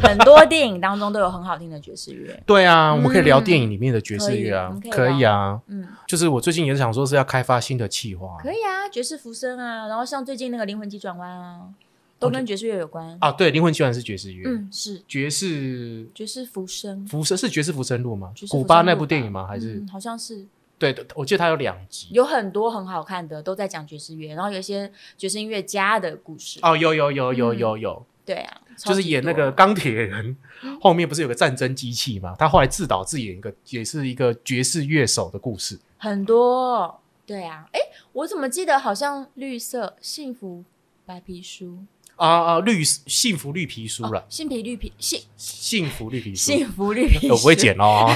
[SPEAKER 2] 很多电影当中都有很好听的爵士乐。
[SPEAKER 1] 对啊，我们可以聊
[SPEAKER 2] 嗯
[SPEAKER 1] 电影里面的爵士乐啊，
[SPEAKER 2] 可以我们可以聊
[SPEAKER 1] 啊。
[SPEAKER 2] 嗯，
[SPEAKER 1] 就是我最近也是想说是要开发新的企划
[SPEAKER 2] 可以啊，爵士浮生啊，然后像最近那个灵魂急转弯啊，
[SPEAKER 1] 哦
[SPEAKER 2] 都跟爵士乐有关。
[SPEAKER 1] 啊，对，灵魂居然是爵士乐，
[SPEAKER 2] 嗯，是
[SPEAKER 1] 爵士
[SPEAKER 2] 爵士浮生，
[SPEAKER 1] 浮生是爵士浮生录吗
[SPEAKER 2] 爵？士浮生
[SPEAKER 1] 古巴
[SPEAKER 2] 录
[SPEAKER 1] 那
[SPEAKER 2] 吧
[SPEAKER 1] 部电影吗？还是
[SPEAKER 2] 嗯好像是
[SPEAKER 1] 对，我记得它有两集。
[SPEAKER 2] 有很多很好看的都在讲爵士乐，然后有一些爵士音乐家的故事。
[SPEAKER 1] 哦，有有有有
[SPEAKER 2] 嗯
[SPEAKER 1] 有有，
[SPEAKER 2] 对啊，
[SPEAKER 1] 就是
[SPEAKER 2] 超级
[SPEAKER 1] 演那
[SPEAKER 2] 多嗯
[SPEAKER 1] 个钢铁人，后面不是有个战争机器嘛？他后来自导自演一个，也是一个爵士乐手的故事。
[SPEAKER 2] 很多。对啊，哎，我怎么记得好像绿色幸福白皮书
[SPEAKER 1] 啊啊，绿幸福绿皮书
[SPEAKER 2] 哦
[SPEAKER 1] 了，
[SPEAKER 2] 幸皮绿皮幸
[SPEAKER 1] 幸福绿皮书，
[SPEAKER 2] 幸福绿皮
[SPEAKER 1] 呃
[SPEAKER 2] 书，
[SPEAKER 1] 我不会剪哦。
[SPEAKER 2] <laughs>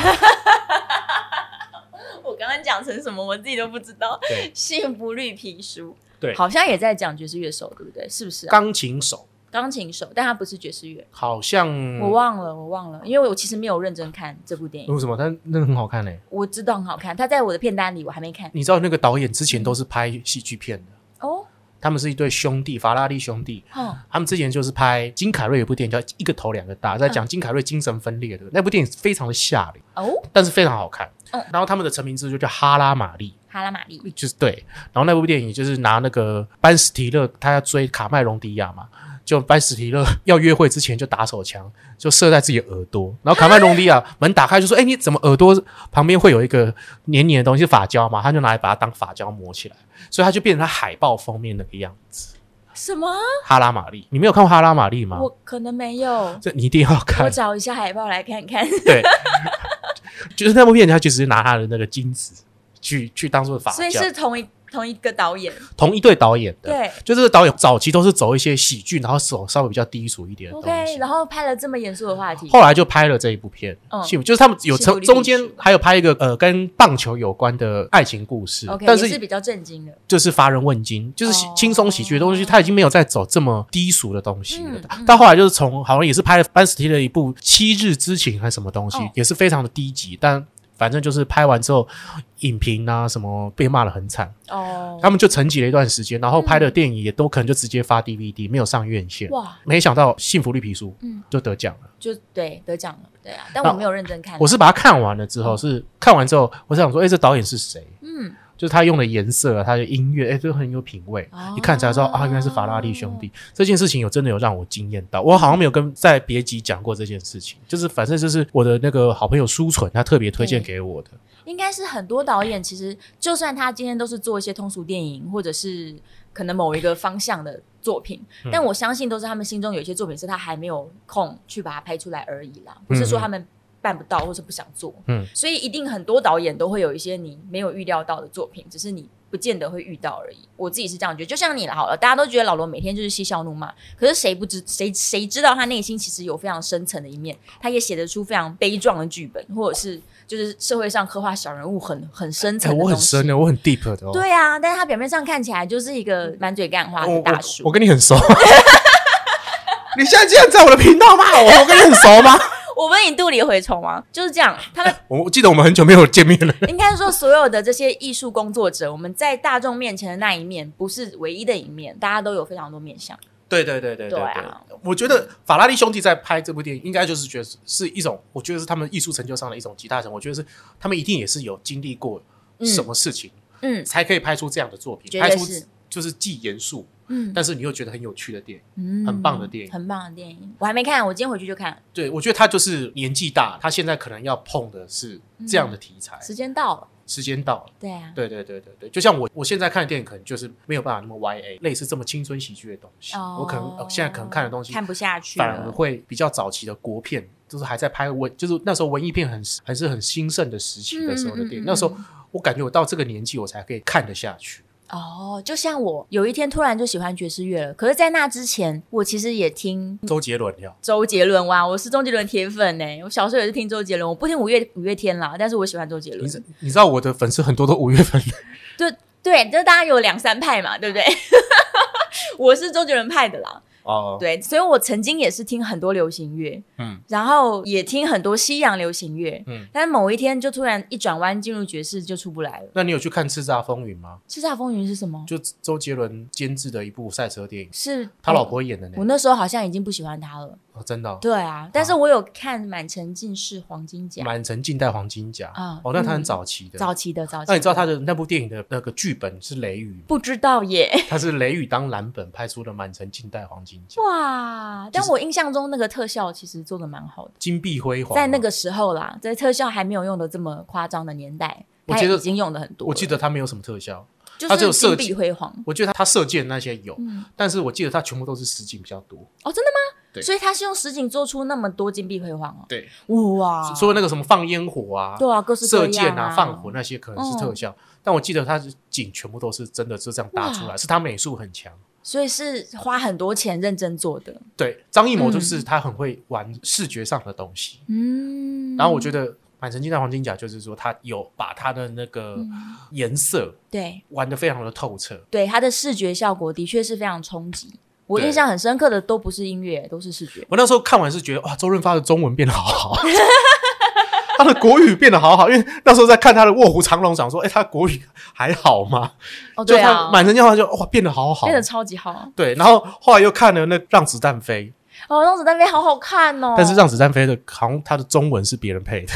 [SPEAKER 2] 我刚刚讲成什么，我自己都不知道。
[SPEAKER 1] 对，
[SPEAKER 2] 幸福绿皮书，
[SPEAKER 1] 对
[SPEAKER 2] 好像也在讲爵士乐手，对不对？是不是、啊？
[SPEAKER 1] 钢琴手
[SPEAKER 2] 钢琴手，但他不是爵士乐，
[SPEAKER 1] 好像
[SPEAKER 2] 我忘了，我忘了，因为我其实没有认真看这部电影。
[SPEAKER 1] 为什么？但那个很好看嘞、
[SPEAKER 2] 我知道很好看，他在我的片单里，我还没看
[SPEAKER 1] 你知道那个导演之前都是拍戏剧片的，
[SPEAKER 2] 哦。
[SPEAKER 1] 他们是一对兄弟，法拉利兄弟。
[SPEAKER 2] 哦，
[SPEAKER 1] 他们之前就是拍金凯瑞有部电影叫《一个头两个大》，在
[SPEAKER 2] 嗯
[SPEAKER 1] 讲金凯瑞精神分裂的那部电影非常的下流，
[SPEAKER 2] 哦，
[SPEAKER 1] 但是非常好看
[SPEAKER 2] 嗯。
[SPEAKER 1] 然后他们的成名之作就叫《哈拉玛丽
[SPEAKER 2] 哈拉玛丽，》，
[SPEAKER 1] 就是对。然后那部电影就是拿那个班斯提勒，他要追卡麦隆迪亚嘛，就班斯提勒 <laughs> 要约会之前就打手枪，就射在自己的耳朵。然后卡麦隆迪亚门打开就说：“哎、你怎么耳朵旁边会有一个黏黏的东西？是发胶嘛？”他就拿来把它当发胶磨起来，所以他就变成他海报封面那个样子。
[SPEAKER 2] 什么？
[SPEAKER 1] 哈拉玛丽，你没有看过哈拉玛丽吗？
[SPEAKER 2] 我可能没有，
[SPEAKER 1] 这你一定要
[SPEAKER 2] 我
[SPEAKER 1] 啊看，
[SPEAKER 2] 找一下海报来看看。
[SPEAKER 1] 对， <laughs> 就是那部片，他其实拿他的那个金子去去当做法
[SPEAKER 2] 所以
[SPEAKER 1] 教，
[SPEAKER 2] 是同一同一个导演，
[SPEAKER 1] 同一对导演的，
[SPEAKER 2] 对。
[SPEAKER 1] 就这个导演早期都是走一些喜剧，然后手稍微比较低俗一点的东
[SPEAKER 2] OK，
[SPEAKER 1] 西，
[SPEAKER 2] 然后拍了这么严肃的话题，
[SPEAKER 1] 后来就拍了这一部片，
[SPEAKER 2] 嗯
[SPEAKER 1] 幸福就是他们有
[SPEAKER 2] 幸福
[SPEAKER 1] 中
[SPEAKER 2] 力
[SPEAKER 1] 中间
[SPEAKER 2] 历史
[SPEAKER 1] 还有拍一个呃跟棒球有关的爱情故事
[SPEAKER 2] OK，
[SPEAKER 1] 但
[SPEAKER 2] 也
[SPEAKER 1] 是
[SPEAKER 2] 是比较震惊的。
[SPEAKER 1] 就是乏人问津，就是喜
[SPEAKER 2] 哦
[SPEAKER 1] 轻松喜剧的东西，他已经没有再走这么低俗的东西了
[SPEAKER 2] 嗯。嗯
[SPEAKER 1] 到后来就是从好像也是拍了班斯提的一部《七日之情》还是什么东西
[SPEAKER 2] 哦，
[SPEAKER 1] 也是非常的低级，但反正就是拍完之后，影评啊什么被骂的很惨，
[SPEAKER 2] 哦，
[SPEAKER 1] 他们就沉寂了一段时间，然后拍的电影也都可能就直接发 DVD，没有上院线。
[SPEAKER 2] 嗯哇，
[SPEAKER 1] 没想到《幸福绿皮书》
[SPEAKER 2] 嗯
[SPEAKER 1] 就得奖了。
[SPEAKER 2] 就对得奖了，对啊，但
[SPEAKER 1] 那
[SPEAKER 2] 我没有认真看。
[SPEAKER 1] 我是把它看完了之后，是看完之后，我想说，哎，这导演是谁？
[SPEAKER 2] 嗯，
[SPEAKER 1] 就是他用的颜色啊，他的音乐，哎、都很有品味。
[SPEAKER 2] 哦
[SPEAKER 1] 一看才知道啊，原来是法拉利兄弟。这件事情有真的有让我惊艳到，我好像没有跟在别集讲过这件事情。就是反正就是我的那个好朋友舒纯，他特别推荐给我的。
[SPEAKER 2] 应该是很多导演其实，就算他今天都是做一些通俗电影，或者是可能某一个方向的作品，但我相信都是他们心中有一些作品是他还没有空去把它拍出来而已啦，不是说他们办不到或是不想做。
[SPEAKER 1] 嗯
[SPEAKER 2] 嗯，所以一定很多导演都会有一些你没有预料到的作品，只是你。不见得会遇到而已，我自己是这样觉得。就像你了，好了，大家都觉得老罗每天就是嬉笑怒骂，可是谁不知谁谁知道他内心其实有非常深层的一面，他也写得出非常悲壮的剧本，或者是就是社会上刻画小人物很很深
[SPEAKER 1] 哎、
[SPEAKER 2] 层的
[SPEAKER 1] 我很
[SPEAKER 2] 东西。
[SPEAKER 1] 深的，我很 deep 的哦。
[SPEAKER 2] 对啊，但是他表面上看起来就是一个满嘴干话
[SPEAKER 1] 我，
[SPEAKER 2] 的
[SPEAKER 1] 我
[SPEAKER 2] 大
[SPEAKER 1] 我
[SPEAKER 2] 叔。
[SPEAKER 1] 跟你 <laughs> 很熟。你现在竟然在我的频道骂我， <laughs> 我跟你很熟吗？
[SPEAKER 2] 我问你肚里蛔虫吗？就是这样，他们
[SPEAKER 1] 我我记得我们很久没有见面了。
[SPEAKER 2] 应该说，所有的这些艺术工作者，我们在大众面前的那一面不是唯一的一面，大家都有非常多面相。
[SPEAKER 1] 对对对对
[SPEAKER 2] 对啊
[SPEAKER 1] 我觉得法拉利兄弟在拍这部电影，应该就是觉得是是一种，我觉得是他们艺术成就上的一种极大成就。我觉得是他们一定也是有经历过
[SPEAKER 2] 嗯
[SPEAKER 1] 什么事情，
[SPEAKER 2] 嗯
[SPEAKER 1] 才可以拍出这样的作品，
[SPEAKER 2] 绝
[SPEAKER 1] 拍
[SPEAKER 2] 对
[SPEAKER 1] 出
[SPEAKER 2] 是
[SPEAKER 1] 就是既严肃，
[SPEAKER 2] 嗯
[SPEAKER 1] 但是你又觉得很有趣的电影。
[SPEAKER 2] 嗯
[SPEAKER 1] 很棒的电影
[SPEAKER 2] 很棒的电影。我还没看，我今天回去就看。
[SPEAKER 1] 对，我觉得他就是年纪大，他现在可能要碰的是这样的题材。
[SPEAKER 2] 时间到了，
[SPEAKER 1] 时间到了，
[SPEAKER 2] 对啊，
[SPEAKER 1] 对对对对对，就像我我现在看的电影，可能就是没有办法那么 Y A 类似这么青春喜剧的东西。我可能、
[SPEAKER 2] 哦
[SPEAKER 1] 呃现在可能看的东西
[SPEAKER 2] 看不下去
[SPEAKER 1] 反而
[SPEAKER 2] 了。
[SPEAKER 1] 会比较早期的国片，就是还在拍文，就是那时候文艺片很还是很兴盛的时期的时候的电影。
[SPEAKER 2] 嗯嗯嗯
[SPEAKER 1] 那时候我感觉我到这个年纪，我才可以看得下去。
[SPEAKER 2] 哦，就像我有一天突然就喜欢爵士乐了，可是，在那之前，我其实也听
[SPEAKER 1] <laughs> 周杰伦呀，
[SPEAKER 2] 周杰伦哇，我是周杰伦铁粉呢、我小时候也是听周杰伦，我不听五月五月天啦，但是我喜欢周杰
[SPEAKER 1] 你
[SPEAKER 2] 伦
[SPEAKER 1] 知。你知道我的粉丝很多都五月份，
[SPEAKER 2] 对，就是大家有两三派嘛，对不对？ <laughs> 我是周杰伦派的啦，
[SPEAKER 1] <laughs> 哦，
[SPEAKER 2] 对，所以我曾经也是听很多流行乐，
[SPEAKER 1] 嗯，
[SPEAKER 2] 然后也听很多西洋流行乐，
[SPEAKER 1] 嗯
[SPEAKER 2] 嗯，但是某一天就突然一转弯进入爵士就出不来了。
[SPEAKER 1] 那你有去看《叱咤风云》吗？
[SPEAKER 2] 《叱咤风云》是什么？
[SPEAKER 1] 就周杰伦监制的一部赛车电影，
[SPEAKER 2] 是
[SPEAKER 1] 他老婆演的呢
[SPEAKER 2] 我。那时候好像已经不喜欢他了。
[SPEAKER 1] 哦，真的哦，
[SPEAKER 2] 对啊，但是我有看《满城尽是黄金甲》，
[SPEAKER 1] 满城尽带黄金甲
[SPEAKER 2] 啊
[SPEAKER 1] 哦，那他很
[SPEAKER 2] 嗯
[SPEAKER 1] 早期的。
[SPEAKER 2] 早期的早期的。
[SPEAKER 1] 那你知道他的那部电影的那个剧本是雷雨吗，
[SPEAKER 2] 不知
[SPEAKER 1] <laughs>
[SPEAKER 2] 道耶？
[SPEAKER 1] 他是雷雨当蓝本拍出的《满城尽带黄金甲》，
[SPEAKER 2] 哇！ <laughs> 但我印象中那个特效其实做的蛮好的，
[SPEAKER 1] 金碧辉煌。哦
[SPEAKER 2] 在那，个时候啦，在特效还没有用的这么夸张的年代，
[SPEAKER 1] 我
[SPEAKER 2] 他
[SPEAKER 1] 觉得
[SPEAKER 2] 已经用的很多了。
[SPEAKER 1] 我记得他没有什么特效，
[SPEAKER 2] 就
[SPEAKER 1] 它只有
[SPEAKER 2] 是
[SPEAKER 1] 设
[SPEAKER 2] 金
[SPEAKER 1] 计
[SPEAKER 2] 碧辉煌。
[SPEAKER 1] 我觉得他射箭那些有，
[SPEAKER 2] 嗯，
[SPEAKER 1] 但是我记得他全部都是实景比较多。
[SPEAKER 2] 哦，真的
[SPEAKER 1] 对
[SPEAKER 2] 吗？所以他是用实景做出那么多金碧辉煌哦。
[SPEAKER 1] 对，
[SPEAKER 2] 哇！
[SPEAKER 1] 所以那个什么放烟火啊、
[SPEAKER 2] 对啊，各嗯式各
[SPEAKER 1] 射
[SPEAKER 2] 样
[SPEAKER 1] 箭啊、放火那些可能是特效，但我记得他是景全部都是真的就这样搭出来，
[SPEAKER 2] 哇
[SPEAKER 1] 是他美术很强。
[SPEAKER 2] 所以是花很多钱认真做的。
[SPEAKER 1] 对，张艺谋就是他很会玩视觉上的东西，
[SPEAKER 2] 嗯，
[SPEAKER 1] 然后我觉
[SPEAKER 2] 得
[SPEAKER 1] 得《满城尽带黄金甲》就是说他有把他的那个
[SPEAKER 2] 嗯
[SPEAKER 1] 颜色
[SPEAKER 2] 对
[SPEAKER 1] 玩得非常的透彻。
[SPEAKER 2] 对，它的视觉效果的确是非常冲击。我
[SPEAKER 1] 对
[SPEAKER 2] 印象很深刻的都不是音乐，都是视觉。
[SPEAKER 1] 我那时候看完是觉得哇，周润发的中文变得好好， <laughs> 他的国语变得好好，因为那时候在看他的《卧虎藏龙》，想说，哎、他国语还好吗？
[SPEAKER 2] 哦，
[SPEAKER 1] 就
[SPEAKER 2] 对
[SPEAKER 1] 他
[SPEAKER 2] 啊，
[SPEAKER 1] 满城尽带黄金甲哇，变得好好
[SPEAKER 2] 变，得超级好。啊
[SPEAKER 1] 对。然后后来又看了那《让子弹飞》，
[SPEAKER 2] 哦，让子弹飞好好看哦。
[SPEAKER 1] 但是《让子弹飞》的好像他的中文是别人配的，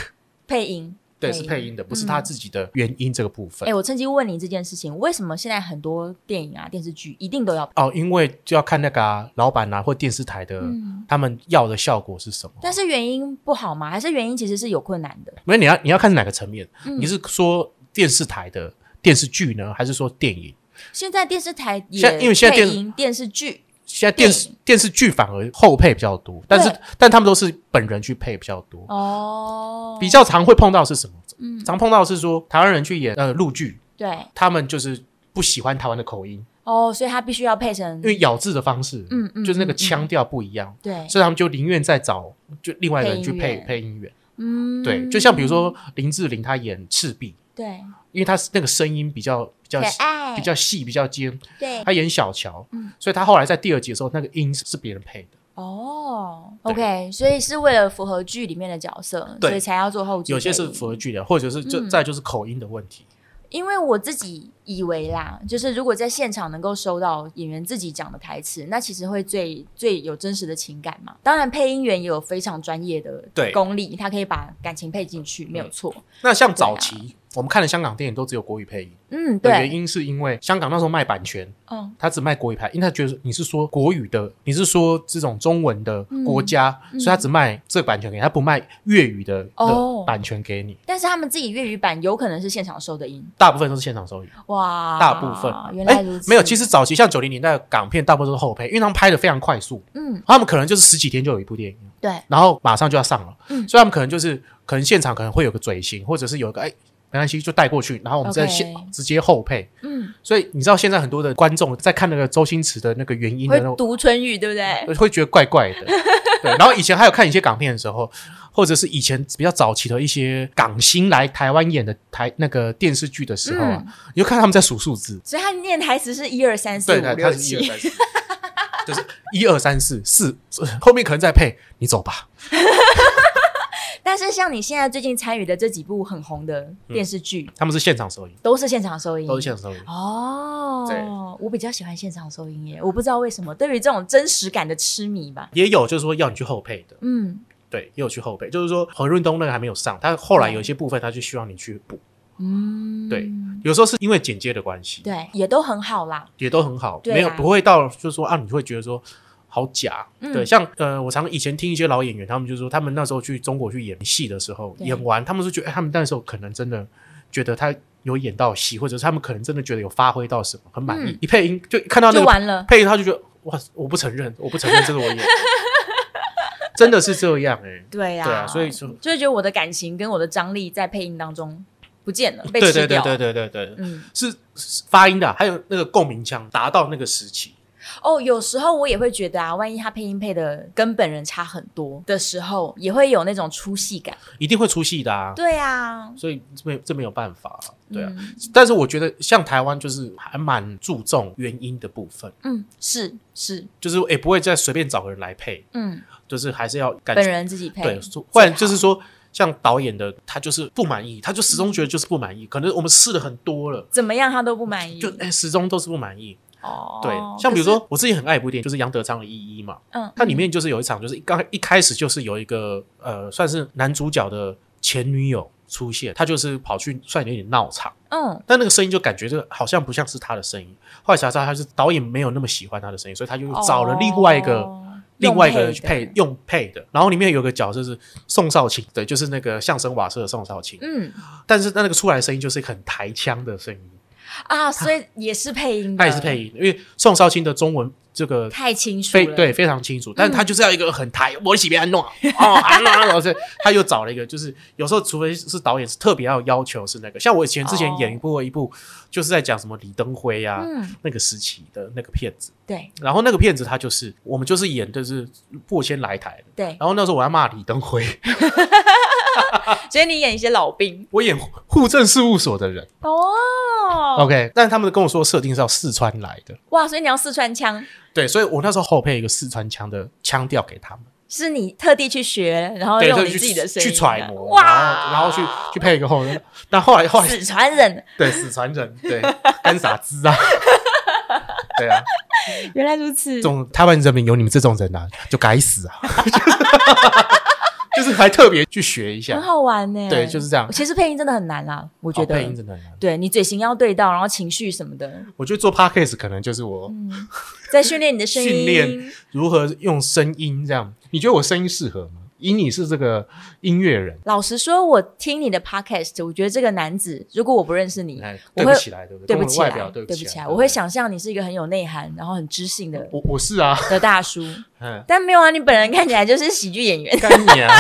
[SPEAKER 2] 配音，嗯
[SPEAKER 1] 对，是配音的，不是他自己的原音这个部分
[SPEAKER 2] 哎、。我趁机问你这件事情，为什么现在很多电影啊、电视剧一定都要配？
[SPEAKER 1] 哦，因为就要看那个、啊、老板啊或电视台的、
[SPEAKER 2] 嗯，
[SPEAKER 1] 他们要的效果是什么。
[SPEAKER 2] 但是原因不好吗？还是原因其实是有困难的？
[SPEAKER 1] 没有，你要你要看哪个层面？
[SPEAKER 2] 嗯
[SPEAKER 1] 你是说电视台的电视剧呢，还是说电影？
[SPEAKER 2] 现在电视台也
[SPEAKER 1] 现因为现在
[SPEAKER 2] 配
[SPEAKER 1] 电
[SPEAKER 2] 音电视剧，
[SPEAKER 1] 现在电视电视剧反而后配比较多，但是
[SPEAKER 2] 对
[SPEAKER 1] 但他们都是本人去配比较多。
[SPEAKER 2] 哦，
[SPEAKER 1] 比较常会碰到是什么？
[SPEAKER 2] 嗯，
[SPEAKER 1] 常碰到是说台湾人去演呃陆剧，
[SPEAKER 2] 对
[SPEAKER 1] 他们就是不喜欢台湾的口音，
[SPEAKER 2] 哦，所以它必须要配成
[SPEAKER 1] 因为咬字的方式，
[SPEAKER 2] 嗯嗯
[SPEAKER 1] 就是那个腔调不一样，
[SPEAKER 2] 对，
[SPEAKER 1] 所以他们就宁愿再找就另外的人去
[SPEAKER 2] 配音
[SPEAKER 1] 配
[SPEAKER 2] 员
[SPEAKER 1] 配音员。
[SPEAKER 2] 嗯，
[SPEAKER 1] 对，就像比如说林志玲，她演赤壁，
[SPEAKER 2] 对
[SPEAKER 1] 因为她那个声音比较比较
[SPEAKER 2] 可爱
[SPEAKER 1] 比较细比较尖，
[SPEAKER 2] 对
[SPEAKER 1] 她演小乔
[SPEAKER 2] 嗯，
[SPEAKER 1] 所以她后来在第二集的时候，那个音是别人配的。
[SPEAKER 2] 哦
[SPEAKER 1] 对
[SPEAKER 2] ，OK，所以是为了符合剧里面的角色，
[SPEAKER 1] 对
[SPEAKER 2] 所以才要做后置配音。
[SPEAKER 1] 有些是符合剧的，或者是就
[SPEAKER 2] 嗯
[SPEAKER 1] 再就是口音的问题。
[SPEAKER 2] 因为我自己以为啦，就是如果在现场能够收到演员自己讲的台词，那其实会最最有真实的情感嘛。当然，配音员也有非常专业的
[SPEAKER 1] 对嗯
[SPEAKER 2] 功力，他可以把感情配进去，没有错。
[SPEAKER 1] 那像早期我们看的香港电影都只有国语配音，
[SPEAKER 2] 嗯，
[SPEAKER 1] 的原
[SPEAKER 2] 啊对，
[SPEAKER 1] 因是因为香港那时候卖版权，
[SPEAKER 2] 嗯，
[SPEAKER 1] 他只卖国语牌，因为他觉得你是说国语的，你是说这种中文的国家，
[SPEAKER 2] 嗯
[SPEAKER 1] 所以他只卖这个版权给你，他不卖粤语的的
[SPEAKER 2] 哦
[SPEAKER 1] 版权给你。
[SPEAKER 2] 但是他们自己粤语版有可能是现场收的音，
[SPEAKER 1] 大部分都是现场收音，
[SPEAKER 2] 哇，
[SPEAKER 1] 大部分
[SPEAKER 2] 啊原
[SPEAKER 1] 哎
[SPEAKER 2] 来如此，
[SPEAKER 1] 没有。其实早期像九零年代的港片，大部分都是后配，因为他们拍的非常快速，
[SPEAKER 2] 嗯，
[SPEAKER 1] 他们可能就是十几天就有一部电影，
[SPEAKER 2] 对，
[SPEAKER 1] 然后马上就要上了，
[SPEAKER 2] 嗯
[SPEAKER 1] 所以他们可能就是可能现场可能会有个嘴型，或者是有一个哎没关系就带过去，然后我们再
[SPEAKER 2] OK
[SPEAKER 1] 现直接后配。
[SPEAKER 2] 嗯，
[SPEAKER 1] 所以你知道现在很多的观众在看那个周星驰的那个原因的
[SPEAKER 2] 会
[SPEAKER 1] 那种
[SPEAKER 2] 读唇语，对不对？
[SPEAKER 1] 会觉得怪怪
[SPEAKER 2] <laughs>
[SPEAKER 1] 的。对，然后以前还有看一些港片的时候，或者是以前比较早期的一些港星来台湾演的台那个电视剧的时候
[SPEAKER 2] 嗯
[SPEAKER 1] 啊，你就看他们在数数字，
[SPEAKER 2] 所以他念台词是一二三四
[SPEAKER 1] 对，
[SPEAKER 2] 五
[SPEAKER 1] 他
[SPEAKER 2] 六
[SPEAKER 1] 他是一二三
[SPEAKER 2] 七，
[SPEAKER 1] 四， <laughs> 就是一二三四四，后面可能再配你走吧。
[SPEAKER 2] 但是像你现在最近参与的这几部很红的电视剧，
[SPEAKER 1] 他们是现场收音，
[SPEAKER 2] 都是现场收音，
[SPEAKER 1] 嗯都是现场收音。对
[SPEAKER 2] 哦，我比较喜欢现场收音耶，我不知道为什么，对于这种真实感的痴迷吧。
[SPEAKER 1] 也有就是说要你去后配的，
[SPEAKER 2] 嗯
[SPEAKER 1] 对，也有去后配，就是说何润东那个还没有上，他后来有一些部分他就希望你去补，
[SPEAKER 2] 嗯，
[SPEAKER 1] 对有时候是因为剪接的关系，
[SPEAKER 2] 对，也都很好啦。
[SPEAKER 1] 也都很好，
[SPEAKER 2] 对啊
[SPEAKER 1] 没有不会到就是说啊，你会觉得说好假。
[SPEAKER 2] 嗯
[SPEAKER 1] 对，像呃，我常以前听一些老演员，他们就说他们那时候去中国去演戏的时候，
[SPEAKER 2] 对
[SPEAKER 1] 演完他们是觉得、哎他们那时候可能真的觉得他有演到戏，或者是他们可能真的觉得有发挥到什么，很满意。
[SPEAKER 2] 嗯
[SPEAKER 1] 一配音就看到那
[SPEAKER 2] 就
[SPEAKER 1] 个
[SPEAKER 2] 完了，
[SPEAKER 1] 配音，他就觉得哇，我不承认，我不承认这是我
[SPEAKER 2] <laughs>
[SPEAKER 1] 演的，真的是这样哎、
[SPEAKER 2] 对呀、
[SPEAKER 1] 对啊，所以说
[SPEAKER 2] 就会觉得我的感情跟我的张力在配音当中不见了，被
[SPEAKER 1] 对
[SPEAKER 2] 吃
[SPEAKER 1] 对对
[SPEAKER 2] 掉。
[SPEAKER 1] 对对对对，
[SPEAKER 2] 嗯，
[SPEAKER 1] 是是发音的啊、还有那个共鸣腔达到那个时期。
[SPEAKER 2] 哦，有时候我也会觉得啊，万一他配音配的跟本人差很多的时候，也会有那种出戏感。
[SPEAKER 1] 一定会出戏的啊。
[SPEAKER 2] 对啊，
[SPEAKER 1] 所以这没这没有办法、对啊。
[SPEAKER 2] 嗯
[SPEAKER 1] 但是我觉得像台湾就是还蛮注重原因的部分，
[SPEAKER 2] 嗯，是是，
[SPEAKER 1] 就是也不会再随便找个人来配，
[SPEAKER 2] 嗯，
[SPEAKER 1] 就是还是要感
[SPEAKER 2] 本
[SPEAKER 1] 觉
[SPEAKER 2] 人自己配。
[SPEAKER 1] 对，说不然就是说像导演的他就是不满意，他就始终觉得就是不满意，可能我们试了很多了。
[SPEAKER 2] 怎么样他都不满意。
[SPEAKER 1] 就哎、始终都是不满意。
[SPEAKER 2] 嗯哦，
[SPEAKER 1] 对，像比如
[SPEAKER 2] 可
[SPEAKER 1] 说我自己很爱一部电影，就是杨德昌的《一一》嘛，
[SPEAKER 2] 是，嗯，
[SPEAKER 1] 它里面就是有一场，就是一刚一开始就是有一个呃，算是男主角的前女友出现，他就是跑去算有点闹场。
[SPEAKER 2] 嗯，
[SPEAKER 1] 但那个声音就感觉这个好像不像是他的声音。后来才知道他是导演没有那么喜欢他的声音，所以他就找了另外一个、
[SPEAKER 2] 哦
[SPEAKER 1] 另外一个人
[SPEAKER 2] 用
[SPEAKER 1] 去
[SPEAKER 2] 配
[SPEAKER 1] 配
[SPEAKER 2] 的
[SPEAKER 1] 用配的。然后里面有个角色是宋少卿，对，就是那个相声瓦舍的宋少卿。
[SPEAKER 2] 嗯
[SPEAKER 1] 但是那那个出来的声音就是很台腔的声音，
[SPEAKER 2] 啊，所以也是配音的，
[SPEAKER 1] 他也是配音，因为宋少卿的中文这个
[SPEAKER 2] 太清楚
[SPEAKER 1] 非
[SPEAKER 2] 了。，嗯
[SPEAKER 1] 对非常清楚，但是他就是要一个很台，我喜别安弄啊，哦安弄啊，然后是他又找了一个，就是有时候除非是导演是特别要要求是那个，像我以前之前
[SPEAKER 2] 哦
[SPEAKER 1] 演过一部，就是在讲什么李登辉呀、
[SPEAKER 2] 嗯，
[SPEAKER 1] 那个时期的那个片子，
[SPEAKER 2] 对
[SPEAKER 1] 然后那个片子他就是我们就是演就是破千来台的，
[SPEAKER 2] 对，
[SPEAKER 1] 然后那时候我要骂李登辉， <laughs>
[SPEAKER 2] 所以你演一些老兵
[SPEAKER 1] 我演户政事务所的人、
[SPEAKER 2] 哦，
[SPEAKER 1] o k 但他们跟我说设定是要四川来的，
[SPEAKER 2] 哇，所以你要四川腔，
[SPEAKER 1] 对，所以我那时候后配一个四川腔的腔调给他们。
[SPEAKER 2] 是你特地去学，然后
[SPEAKER 1] 对，
[SPEAKER 2] 哦用
[SPEAKER 1] 就
[SPEAKER 2] 你
[SPEAKER 1] 去
[SPEAKER 2] 自己的声音
[SPEAKER 1] 去揣摩，
[SPEAKER 2] 哇，
[SPEAKER 1] 然后然后去去配一个后，但后来后来
[SPEAKER 2] 四川人，
[SPEAKER 1] 对死传人，对干傻子啊， <laughs> 对啊，
[SPEAKER 2] 原来如此
[SPEAKER 1] 这，种台湾人民有你们这种人啊，就该死啊， <laughs> 就是还特别去学一
[SPEAKER 2] 很
[SPEAKER 1] 下，
[SPEAKER 2] 好玩呢。
[SPEAKER 1] 对，就是这样。
[SPEAKER 2] 其实配音真的很难啦，我啊觉
[SPEAKER 1] 哦
[SPEAKER 2] 得
[SPEAKER 1] 配音真的很难，
[SPEAKER 2] 对你嘴型要对到，然后情绪什么
[SPEAKER 1] <laughs>
[SPEAKER 2] 的，
[SPEAKER 1] 我觉得做 podcast 可能就是我
[SPEAKER 2] 嗯，在训练你的声音，
[SPEAKER 1] 训练如何用声音这样。你觉得我声音适合吗？以你是这个音乐人，
[SPEAKER 2] 老实说，我听你的 podcast，我觉得这个男子，如果我不认识你，
[SPEAKER 1] 哎，
[SPEAKER 2] 我
[SPEAKER 1] 对
[SPEAKER 2] 会
[SPEAKER 1] 不起来，对不
[SPEAKER 2] 对
[SPEAKER 1] 跟
[SPEAKER 2] 不
[SPEAKER 1] 我的
[SPEAKER 2] 起来
[SPEAKER 1] 外表，对
[SPEAKER 2] 不
[SPEAKER 1] 不起
[SPEAKER 2] 起来，啊
[SPEAKER 1] 来，
[SPEAKER 2] 我会，想象你是一个很有内涵，然后很知性的
[SPEAKER 1] 我我是啊，
[SPEAKER 2] 的大叔。
[SPEAKER 1] 嗯，
[SPEAKER 2] 但没有啊，你本人看起来就是喜剧演员。
[SPEAKER 1] <laughs> 干你啊！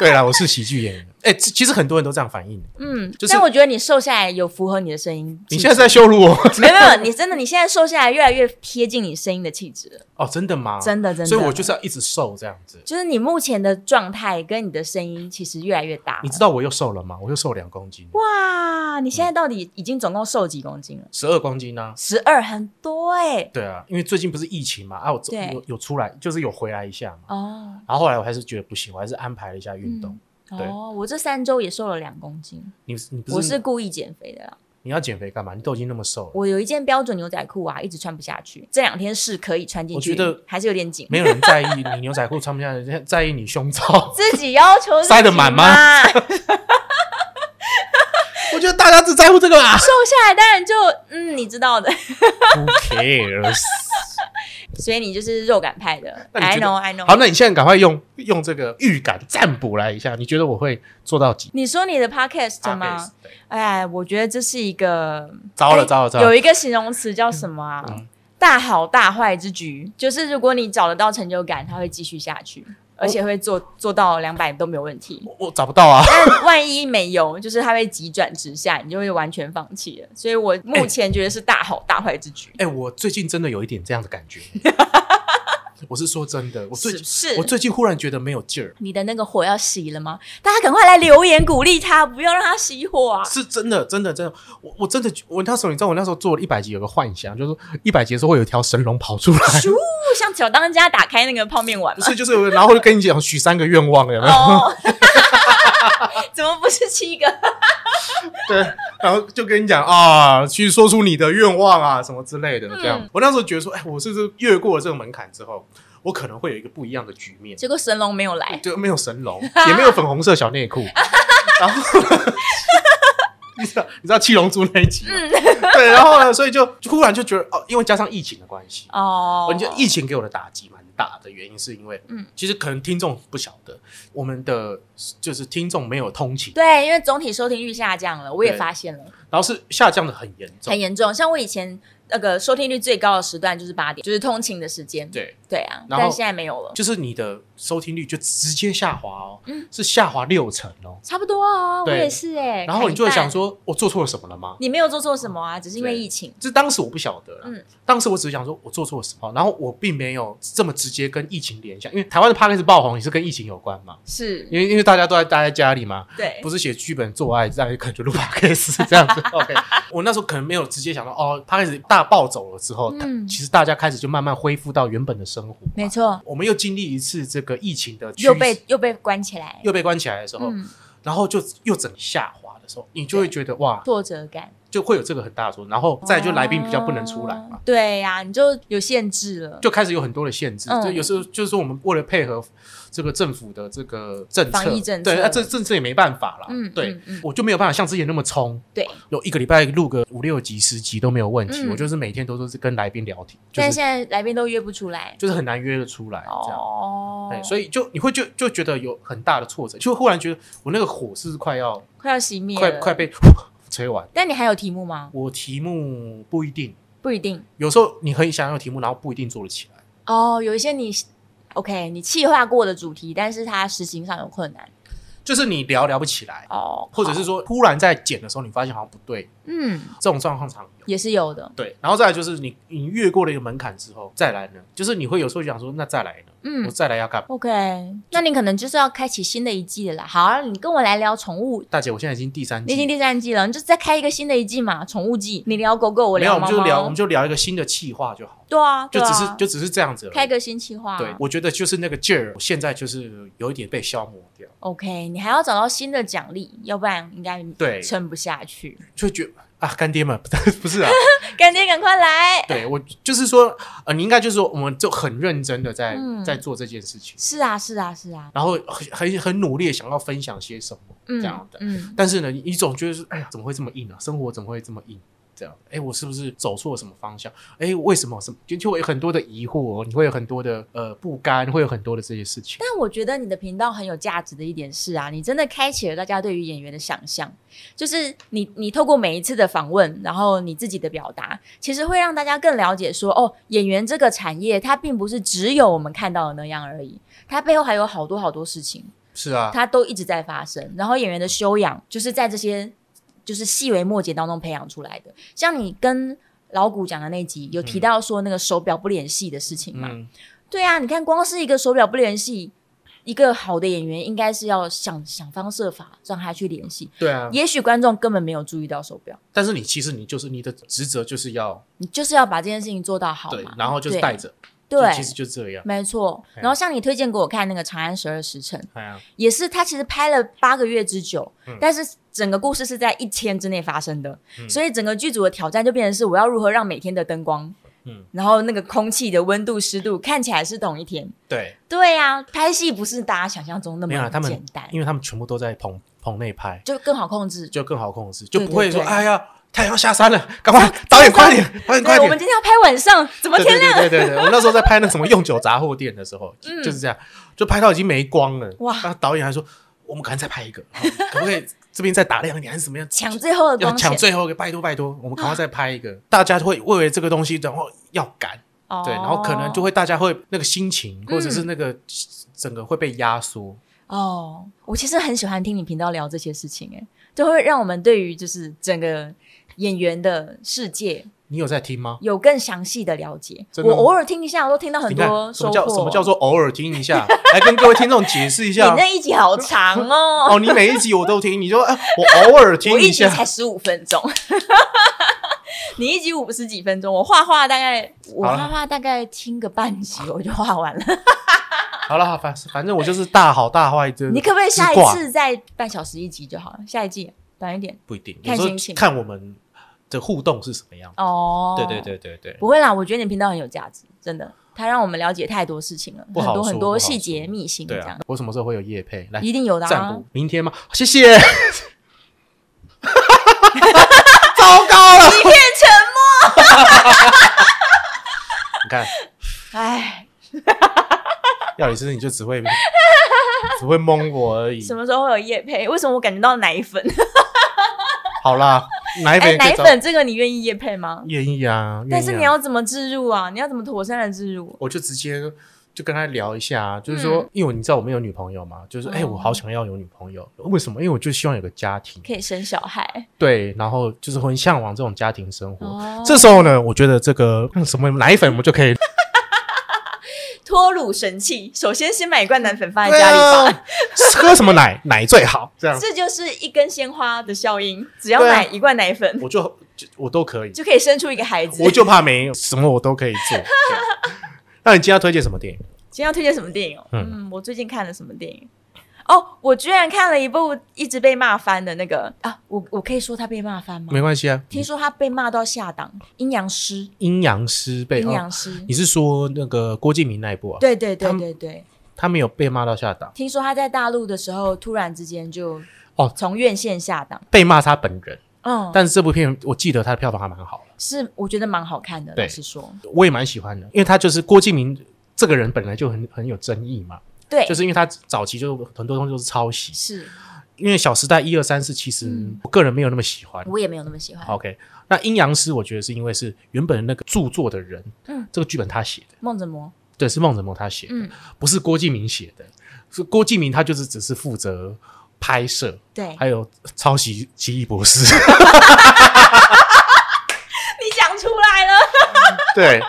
[SPEAKER 1] 对啦，我是喜剧演员。哎、其其实很多人都这样反应。
[SPEAKER 2] 嗯，
[SPEAKER 1] 就是
[SPEAKER 2] 但我觉得你瘦下来有符合你的声音气质。
[SPEAKER 1] <laughs> 你现在在羞辱我
[SPEAKER 2] 没有没有，你真的你现在瘦下来越来越贴近你声音的气质了，
[SPEAKER 1] 哦？真的吗？
[SPEAKER 2] 真的真的。
[SPEAKER 1] 所以我就是要一直瘦这样子。
[SPEAKER 2] 就是你目前的状态跟你的声音其实越来越大
[SPEAKER 1] 你知
[SPEAKER 2] 了。
[SPEAKER 1] 道我又瘦了吗？我又瘦两公斤，
[SPEAKER 2] 哇，你现在到底已经总共瘦几公斤了？
[SPEAKER 1] 十二公斤呢、啊。
[SPEAKER 2] 十二，很多哎、
[SPEAKER 1] 对啊，因为最近不是疫情嘛，啊，我走
[SPEAKER 2] 对
[SPEAKER 1] 有有出来，就是有回来一下嘛。
[SPEAKER 2] 哦，
[SPEAKER 1] 然后后来我还是觉得不行，我还是安排了一下运动。对
[SPEAKER 2] 哦，我这三周也瘦了两公斤，
[SPEAKER 1] 你你不
[SPEAKER 2] 我是故意减肥的啦。
[SPEAKER 1] 你要减肥干嘛？你都已经那么瘦了，
[SPEAKER 2] 我有一件标准牛仔裤啊，一直穿不下去，这两天是可以穿进去，
[SPEAKER 1] 我觉得
[SPEAKER 2] 还是有点紧。
[SPEAKER 1] 没有人在意你牛仔裤穿不下去，在意你胸罩。
[SPEAKER 2] 自己要求自己
[SPEAKER 1] 塞得满吗
[SPEAKER 2] 嘛
[SPEAKER 1] <laughs> 我觉得大家只在乎这个啊吧。
[SPEAKER 2] 瘦下来当然就嗯，你知道的， <laughs>
[SPEAKER 1] Who cares？
[SPEAKER 2] 所以你就是肉感派的。
[SPEAKER 1] 那你
[SPEAKER 2] I
[SPEAKER 1] 觉得
[SPEAKER 2] know, I know。
[SPEAKER 1] 好，那你现在赶快用用这个预感占卜来一下，你觉得我会做到几？
[SPEAKER 2] 你说你的 podcast
[SPEAKER 1] 八
[SPEAKER 2] 吗
[SPEAKER 1] 倍？？对
[SPEAKER 2] 哎，我觉得这是一个
[SPEAKER 1] 糟了
[SPEAKER 2] 哎
[SPEAKER 1] 糟了糟了
[SPEAKER 2] 有一个形容词叫什么啊？
[SPEAKER 1] 嗯
[SPEAKER 2] 大好大坏之局，就是如果你找得到成就感，它会继续下去，而且会做做到两百都没有问题。
[SPEAKER 1] 我我找不到啊！
[SPEAKER 2] 但万一没有，就是它会急转直下，你就会完全放弃了。所以我目前觉得是大好大坏之局，
[SPEAKER 1] 哎、我最近真的有一点这样的感
[SPEAKER 2] <laughs>
[SPEAKER 1] 觉，我是说真的，我最
[SPEAKER 2] 是不是？
[SPEAKER 1] 我最近忽然觉得没有劲儿，
[SPEAKER 2] 你的那个火要熄了吗？大家赶快来留言鼓励他，不要让他熄火
[SPEAKER 1] <laughs>
[SPEAKER 2] 啊！
[SPEAKER 1] 是真的，真的，真的，我我真的，我那时候你知道，我那时候做了一百集，有个幻想，就是说一百集的时候会有一条神龙跑出来， <laughs>
[SPEAKER 2] 咻，像小当家打开那个泡面碗
[SPEAKER 1] 不
[SPEAKER 2] 嘛。
[SPEAKER 1] 是就是有个，然后就跟你讲许三个愿望，有没有？
[SPEAKER 2] 哦， <laughs> 怎么不是七个？
[SPEAKER 1] <laughs> 对，然后就跟你讲啊，去说出你的愿望啊，什么之类的，这样。我那时候觉得说，哎，我是不是越过了这个门槛之后，我可能会有一个不一样的局面，
[SPEAKER 2] <laughs> 结果神龙没有来，
[SPEAKER 1] 就没有神龙，也没有粉红色小内裤，然后。 <laughs> 你知道你知道七龙珠那一集吗？对，然后呢，所以就忽然就觉得哦，因为加上疫情的关系，
[SPEAKER 2] 哦
[SPEAKER 1] 我，觉得疫情给我的打击蛮大的原因是因为，
[SPEAKER 2] 嗯
[SPEAKER 1] 嗯，其实可能听众不晓得，我们的就是听众没有通勤，
[SPEAKER 2] 对，因为总体收听率下降了，我也
[SPEAKER 1] 对
[SPEAKER 2] 发现了，
[SPEAKER 1] 然后是下降的很严重
[SPEAKER 2] 哎很，严重。像我以前那个收听率最高的时段就是八点，就是通勤的时间。
[SPEAKER 1] 对，
[SPEAKER 2] 对啊，
[SPEAKER 1] 然后
[SPEAKER 2] 但现在没有了，
[SPEAKER 1] 就是你的收听率就直接下滑哦，
[SPEAKER 2] 嗯
[SPEAKER 1] 是下滑六成哦。
[SPEAKER 2] 差不多啊，我
[SPEAKER 1] 对
[SPEAKER 2] 也是哎、
[SPEAKER 1] 然后你就会
[SPEAKER 2] 砍一
[SPEAKER 1] 想，
[SPEAKER 2] 半
[SPEAKER 1] 说，我做错了什么了吗？
[SPEAKER 2] 你没有做错什么啊，只是因为
[SPEAKER 1] 对
[SPEAKER 2] 疫情。
[SPEAKER 1] 这当时我不晓得啦，
[SPEAKER 2] 嗯
[SPEAKER 1] 当时我只是想说我做错了什么，然后我并没有这么直接跟疫情联想，因为台湾的 p a c a s 爆红也是跟疫情有关嘛，
[SPEAKER 2] 是，
[SPEAKER 1] 因为因为大家都在待在家里嘛，
[SPEAKER 2] 嗯对，
[SPEAKER 1] 不是写剧本做爱，这样可能就录 <laughs> p o d c a 这样子。OK，我
[SPEAKER 2] <laughs>
[SPEAKER 1] 那时候可能没有直接想到哦 p o d c a 大暴走了之后，
[SPEAKER 2] 嗯
[SPEAKER 1] 其实大家开始就慢慢恢复到原本的生活。
[SPEAKER 2] 没，错，
[SPEAKER 1] 我们又经历一次这个疫情的趋势
[SPEAKER 2] 又被又被关起来，
[SPEAKER 1] 又被关起来的时候，
[SPEAKER 2] 嗯，
[SPEAKER 1] 然后就又整下滑的时候，你就会觉得哇，
[SPEAKER 2] 挫折感。
[SPEAKER 1] 就会有这个很大的挫折，然后再来就来宾比较不能出来嘛
[SPEAKER 2] 哦。对呀、你就有限制了，
[SPEAKER 1] 就开始有很多的限制，
[SPEAKER 2] 啊嗯
[SPEAKER 1] 就有时候就是说我们为了配合这个政府的这个政策，
[SPEAKER 2] 防疫政策
[SPEAKER 1] 对，啊那这政策也没办法啦，
[SPEAKER 2] 嗯
[SPEAKER 1] 对，
[SPEAKER 2] 嗯嗯
[SPEAKER 1] 我就没有办法像之前那么冲，
[SPEAKER 2] 对。
[SPEAKER 1] 有一个礼拜录个五六集、十集都没有问题，
[SPEAKER 2] 嗯
[SPEAKER 1] 我就是每天都都是跟来宾聊天，就是
[SPEAKER 2] 但现在来宾都约不出来，
[SPEAKER 1] 就是很难约得出来这样。
[SPEAKER 2] 哦，
[SPEAKER 1] 对，所以就你会就就觉得有很大的挫折，就忽然觉得我那个火是快要
[SPEAKER 2] 快要熄灭了，
[SPEAKER 1] 快快被吹完。
[SPEAKER 2] 但你还有题目吗？
[SPEAKER 1] 我题目不一定，
[SPEAKER 2] 不一定
[SPEAKER 1] 有时候你很想要的题目，然后不一定做得起来。
[SPEAKER 2] 哦。有一些你 OK，你计划过的主题，但是它实行上有困难
[SPEAKER 1] 就是你聊聊不起来，
[SPEAKER 2] 哦，
[SPEAKER 1] 或者是说突然在剪的时候，你发现好像不对，
[SPEAKER 2] 嗯，
[SPEAKER 1] 这种状况常有。
[SPEAKER 2] 也是有的，
[SPEAKER 1] 对，然后再来就是你你越过了一个门槛之后，再来呢，就是你会有时候想说，那再来呢？我
[SPEAKER 2] 嗯。
[SPEAKER 1] 再来要干嘛？
[SPEAKER 2] OK，那你可能就是要开启新的一季了啦。好啊，你跟我来聊宠物，
[SPEAKER 1] 大姐，我现在已经第三
[SPEAKER 2] 你已经
[SPEAKER 1] 季，
[SPEAKER 2] 第三季了，你就再开一个新的一季嘛，宠物季。你聊狗狗，我
[SPEAKER 1] 没有，
[SPEAKER 2] 聊
[SPEAKER 1] 我
[SPEAKER 2] 猫
[SPEAKER 1] 们就
[SPEAKER 2] 猫。
[SPEAKER 1] 聊，我们就聊一个新的企划就好，
[SPEAKER 2] 对啊，
[SPEAKER 1] 就
[SPEAKER 2] 对
[SPEAKER 1] 只
[SPEAKER 2] 啊
[SPEAKER 1] 是就只是这样子而已。
[SPEAKER 2] 开个新企划、
[SPEAKER 1] 对，我觉得就是那个劲儿，我现在就是有一点被消磨掉，
[SPEAKER 2] OK，你还要找到新的奖励，要不然应该
[SPEAKER 1] 对
[SPEAKER 2] 撑不下去。
[SPEAKER 1] 就觉得啊，干爹们， <laughs> 不是啊，
[SPEAKER 2] 干爹，赶快来！
[SPEAKER 1] 对我就是说，呃，你应该就是说，我们就很认真的在、
[SPEAKER 2] 嗯
[SPEAKER 1] 在做这件事情，
[SPEAKER 2] 是啊，是啊，是啊，
[SPEAKER 1] 然后很很很努力地想要分享些什么、
[SPEAKER 2] 嗯，
[SPEAKER 1] 这样的。
[SPEAKER 2] 嗯，
[SPEAKER 1] 但是呢，你总觉得是，哎呀，怎么会这么硬啊？生活怎么会这么硬？这样，哎，我是不是走错了什么方向？哎，为什么？什么？就就会有很多的疑惑、哦你会有很多的呃不甘，会有很多的这些事情。
[SPEAKER 2] 但我觉得你的频道很有价值的一点是啊，你真的开启了大家对于演员的想象，就是你你透过每一次的访问，然后你自己的表达，其实会让大家更了解说，哦，演员这个产业它并不是只有我们看到的那样而已，它背后还有好多好多事情。
[SPEAKER 1] 是啊，
[SPEAKER 2] 它都一直在发生。然后演员的修养，就是在这些就是细微末节当中培养出来的。像你跟老谷讲的那集，有提到说那个手表不联系的事情嘛？
[SPEAKER 1] 嗯，
[SPEAKER 2] 对啊，你看光是一个手表不联系，一个好的演员应该是要想想方设法让他去联系。
[SPEAKER 1] 对啊。
[SPEAKER 2] 也许观众根本没有注意到手表，
[SPEAKER 1] 但是你其实你就是你的职责就是要
[SPEAKER 2] 你就是要把这件事情做到好
[SPEAKER 1] 对
[SPEAKER 2] 嘛，。
[SPEAKER 1] 然后就是带着，
[SPEAKER 2] 对。嗯
[SPEAKER 1] 就
[SPEAKER 2] 对
[SPEAKER 1] 其实就这样。
[SPEAKER 2] 没错，
[SPEAKER 1] 哎
[SPEAKER 2] 然后像你推荐给我看那个《长安十二时辰》，
[SPEAKER 1] 哎呀，
[SPEAKER 2] 也是他其实拍了八个月之久，
[SPEAKER 1] 嗯
[SPEAKER 2] 但是整个故事是在一天之内发生的，
[SPEAKER 1] 嗯
[SPEAKER 2] 所以整个剧组的挑战就变成是我要如何让每天的灯光，
[SPEAKER 1] 嗯
[SPEAKER 2] 然后那个空气的温度、湿度看起来是同一天。
[SPEAKER 1] 对，
[SPEAKER 2] 对呀、拍戏不是大家想象中那
[SPEAKER 1] 没有
[SPEAKER 2] 么
[SPEAKER 1] 啊他们
[SPEAKER 2] 简单，
[SPEAKER 1] 因为他们全部都在棚棚内拍，
[SPEAKER 2] 就更好控制。
[SPEAKER 1] 就更好控制，就
[SPEAKER 2] 对
[SPEAKER 1] 不会说
[SPEAKER 2] 对对
[SPEAKER 1] 哎呀，太阳下山了，赶快导演快点，导演快
[SPEAKER 2] 对，我
[SPEAKER 1] 点。
[SPEAKER 2] 们今天要拍晚上，怎么
[SPEAKER 1] 对
[SPEAKER 2] 天
[SPEAKER 1] 对对对对对，我那时候在拍那个什么用酒杂货店的时候，
[SPEAKER 2] 嗯
[SPEAKER 1] 就是这样，就拍到已经没光了。
[SPEAKER 2] 哇
[SPEAKER 1] 那导演还说我们赶快再拍一个，好可不可以这边再打亮一点，还是怎么样？
[SPEAKER 2] 抢最后的
[SPEAKER 1] 要
[SPEAKER 2] 光线啊
[SPEAKER 1] 抢？最后一个，拜托拜托，我们赶快再拍一个。大家会为了这个东西，然后要赶，
[SPEAKER 2] 哦
[SPEAKER 1] 对，然后可能就会大家会那个心情，或者是
[SPEAKER 2] 嗯
[SPEAKER 1] 那个整个会被压缩。
[SPEAKER 2] 哦，我其实很喜欢听你频道聊这些事情，哎，就会让我们对于就是整个演员的世界
[SPEAKER 1] 你有在听吗？
[SPEAKER 2] 有更详细的了解。
[SPEAKER 1] 真的
[SPEAKER 2] 我
[SPEAKER 1] 吗
[SPEAKER 2] 偶尔听一下，我都听到很
[SPEAKER 1] 你看
[SPEAKER 2] 多
[SPEAKER 1] 什
[SPEAKER 2] 收
[SPEAKER 1] 么
[SPEAKER 2] 获。
[SPEAKER 1] 叫什么叫做偶尔听一下， <laughs> 来跟各位听众解释一
[SPEAKER 2] <laughs> 你
[SPEAKER 1] 下。
[SPEAKER 2] 那一集好长哦，
[SPEAKER 1] 哦，你每一集我都听，你就、啊、我偶尔听
[SPEAKER 2] 我一集
[SPEAKER 1] 下，
[SPEAKER 2] 才十五分钟， <laughs> 你一集五十几分钟，我画画大概我
[SPEAKER 1] 好了
[SPEAKER 2] 画画大概听个半集我就画完了。
[SPEAKER 1] <laughs> 好了，反反正我就是大好大坏这
[SPEAKER 2] 你可不可以下
[SPEAKER 1] 自
[SPEAKER 2] 一
[SPEAKER 1] 挂
[SPEAKER 2] 次再半小时一集就好了？下一季短一点
[SPEAKER 1] 不一定，有
[SPEAKER 2] 看
[SPEAKER 1] 时候
[SPEAKER 2] 心情
[SPEAKER 1] 看我们的互动是什么样。
[SPEAKER 2] 哦。
[SPEAKER 1] 对对，对对对，
[SPEAKER 2] 不会啦，我觉得你频道很有价值，真的，它让我们了解太多事情了，
[SPEAKER 1] 不好说
[SPEAKER 2] 很多
[SPEAKER 1] 不
[SPEAKER 2] 很
[SPEAKER 1] 好
[SPEAKER 2] 多
[SPEAKER 1] 说
[SPEAKER 2] 细节秘辛这
[SPEAKER 1] 对
[SPEAKER 2] 样
[SPEAKER 1] 啊，，我什么时候会有夜配？来
[SPEAKER 2] 一定有的
[SPEAKER 1] 占
[SPEAKER 2] 啊
[SPEAKER 1] 卜。，明天吗？谢谢。 <laughs> 糟糕了，
[SPEAKER 2] 一片沉默，
[SPEAKER 1] 你看 <laughs>
[SPEAKER 2] 哎，
[SPEAKER 1] 药理师你就只会只会蒙我而已 <laughs>
[SPEAKER 2] 什。么时候会有夜配？为什么我感觉到奶粉？
[SPEAKER 1] 好啦，奶
[SPEAKER 2] 哎，
[SPEAKER 1] 粉可
[SPEAKER 2] 奶
[SPEAKER 1] 以找
[SPEAKER 2] 粉这个你愿意夜配吗？
[SPEAKER 1] 愿意啊，愿
[SPEAKER 2] 但
[SPEAKER 1] 意
[SPEAKER 2] 是
[SPEAKER 1] 啊
[SPEAKER 2] 你要怎么置入啊？你要怎么妥善的置入？
[SPEAKER 1] 我就直接就跟他聊一下啊，就是说，因为你知道我没有女朋友嘛，就是
[SPEAKER 2] 嗯哦
[SPEAKER 1] 哎、我好想要有女朋友，为什么？因为我就希望有个家庭，
[SPEAKER 2] 可以生小孩
[SPEAKER 1] 对，然后就是很向往这种家庭生活。
[SPEAKER 2] 哦
[SPEAKER 1] 这时候呢，我觉得这个嗯什么奶粉我们就可以，
[SPEAKER 2] 脱乳神器，首先先买一罐奶粉放在
[SPEAKER 1] 对
[SPEAKER 2] 家里吧。
[SPEAKER 1] 啊，喝什么奶奶最好，这样
[SPEAKER 2] 这就是一根鲜花的效应，只要
[SPEAKER 1] 对啊
[SPEAKER 2] 买一罐奶粉，
[SPEAKER 1] 我就就我都可以，
[SPEAKER 2] 就可以生出一个孩子。
[SPEAKER 1] 我就怕没有什么我都可以做。对那你今天要推荐什么电影？
[SPEAKER 2] 今天要推荐什么电影哦？
[SPEAKER 1] 嗯
[SPEAKER 2] 嗯我最近看了什么电影？哦，我居然看了一部一直被骂翻的那个啊，我我可以说他被骂翻吗？
[SPEAKER 1] 没关系啊，
[SPEAKER 2] 听说他被骂到下档，《阴阳师》
[SPEAKER 1] 阴阳师被
[SPEAKER 2] 阴
[SPEAKER 1] 哦，
[SPEAKER 2] 阳师，
[SPEAKER 1] 你是说那个郭敬明那一部啊？
[SPEAKER 2] 对对对
[SPEAKER 1] 他们
[SPEAKER 2] 对对，
[SPEAKER 1] 他没有被骂到下档，
[SPEAKER 2] 听说他在大陆的时候突然之间就
[SPEAKER 1] 哦
[SPEAKER 2] 从院线下档，
[SPEAKER 1] 被骂他本人。
[SPEAKER 2] 嗯，
[SPEAKER 1] 但是这部片我记得它的票房还蛮好
[SPEAKER 2] 是我觉得蛮好看的，
[SPEAKER 1] 对
[SPEAKER 2] 老实说，
[SPEAKER 1] 的，我也蛮喜欢的，因为他就是郭敬明这个人本来就很很有争议嘛，
[SPEAKER 2] 对，
[SPEAKER 1] 就是因为他早期就很多东西都是抄袭，
[SPEAKER 2] 是
[SPEAKER 1] 因为《小时代》一二三四其实
[SPEAKER 2] 嗯
[SPEAKER 1] 我个人没有那么喜欢。
[SPEAKER 2] 我也没有那么喜欢，
[SPEAKER 1] OK，那《阴阳师》我觉得是因为是原本那个著作的人，
[SPEAKER 2] 嗯，
[SPEAKER 1] 这个剧本他写的，
[SPEAKER 2] 梦着魔，
[SPEAKER 1] 对，是孟子谋他写的，
[SPEAKER 2] 嗯，
[SPEAKER 1] 不是郭敬明写的，是郭敬明他就是只是负责拍摄，
[SPEAKER 2] 对，
[SPEAKER 1] 还有抄袭《奇异博士》。
[SPEAKER 2] 你讲出来了，
[SPEAKER 1] <laughs> 对，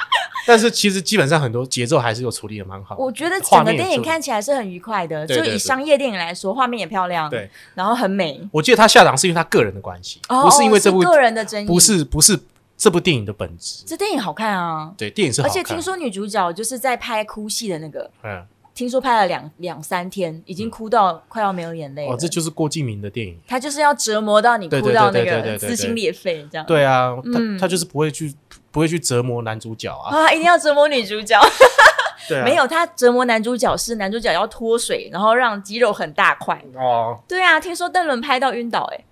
[SPEAKER 1] 但是其实基本上很多节奏还是有处理的蛮好的。
[SPEAKER 2] 我觉得
[SPEAKER 1] 画
[SPEAKER 2] 整个
[SPEAKER 1] 面
[SPEAKER 2] 电
[SPEAKER 1] 也
[SPEAKER 2] 影
[SPEAKER 1] 处理
[SPEAKER 2] 看起来是很愉快的，
[SPEAKER 1] 对
[SPEAKER 2] 就
[SPEAKER 1] 对
[SPEAKER 2] 以
[SPEAKER 1] 对
[SPEAKER 2] 商业电影来说，画面也漂亮，
[SPEAKER 1] 对，
[SPEAKER 2] 然后很美，
[SPEAKER 1] 我记得他下档是因为他个人的关系，
[SPEAKER 2] 哦，
[SPEAKER 1] 不是因为这部
[SPEAKER 2] 哦，个人的争议，
[SPEAKER 1] 不是不是这部电影的本质。
[SPEAKER 2] 这电影好看啊，
[SPEAKER 1] 对，电影是好
[SPEAKER 2] 而
[SPEAKER 1] 看，
[SPEAKER 2] 且听说女主角就是在拍哭戏的那个。
[SPEAKER 1] 嗯，
[SPEAKER 2] 听说拍了两两三天，已经哭到快要没有眼泪了。
[SPEAKER 1] 哦，这就是郭敬明的电影。
[SPEAKER 2] 他就是要折磨到你
[SPEAKER 1] 对
[SPEAKER 2] 哭
[SPEAKER 1] 对
[SPEAKER 2] 到那
[SPEAKER 1] 对对
[SPEAKER 2] 个
[SPEAKER 1] 对对对
[SPEAKER 2] 撕心裂肺这样。
[SPEAKER 1] 对啊，
[SPEAKER 2] 嗯
[SPEAKER 1] 他他就是不会去不会去折磨男主角啊。
[SPEAKER 2] 啊，一定要折磨女主角。
[SPEAKER 1] <laughs> 对啊，
[SPEAKER 2] 没有，他折磨男主角是男主角要脱水，然后让肌肉很大块。
[SPEAKER 1] 哦
[SPEAKER 2] 对啊，听说邓伦拍到晕倒、欸，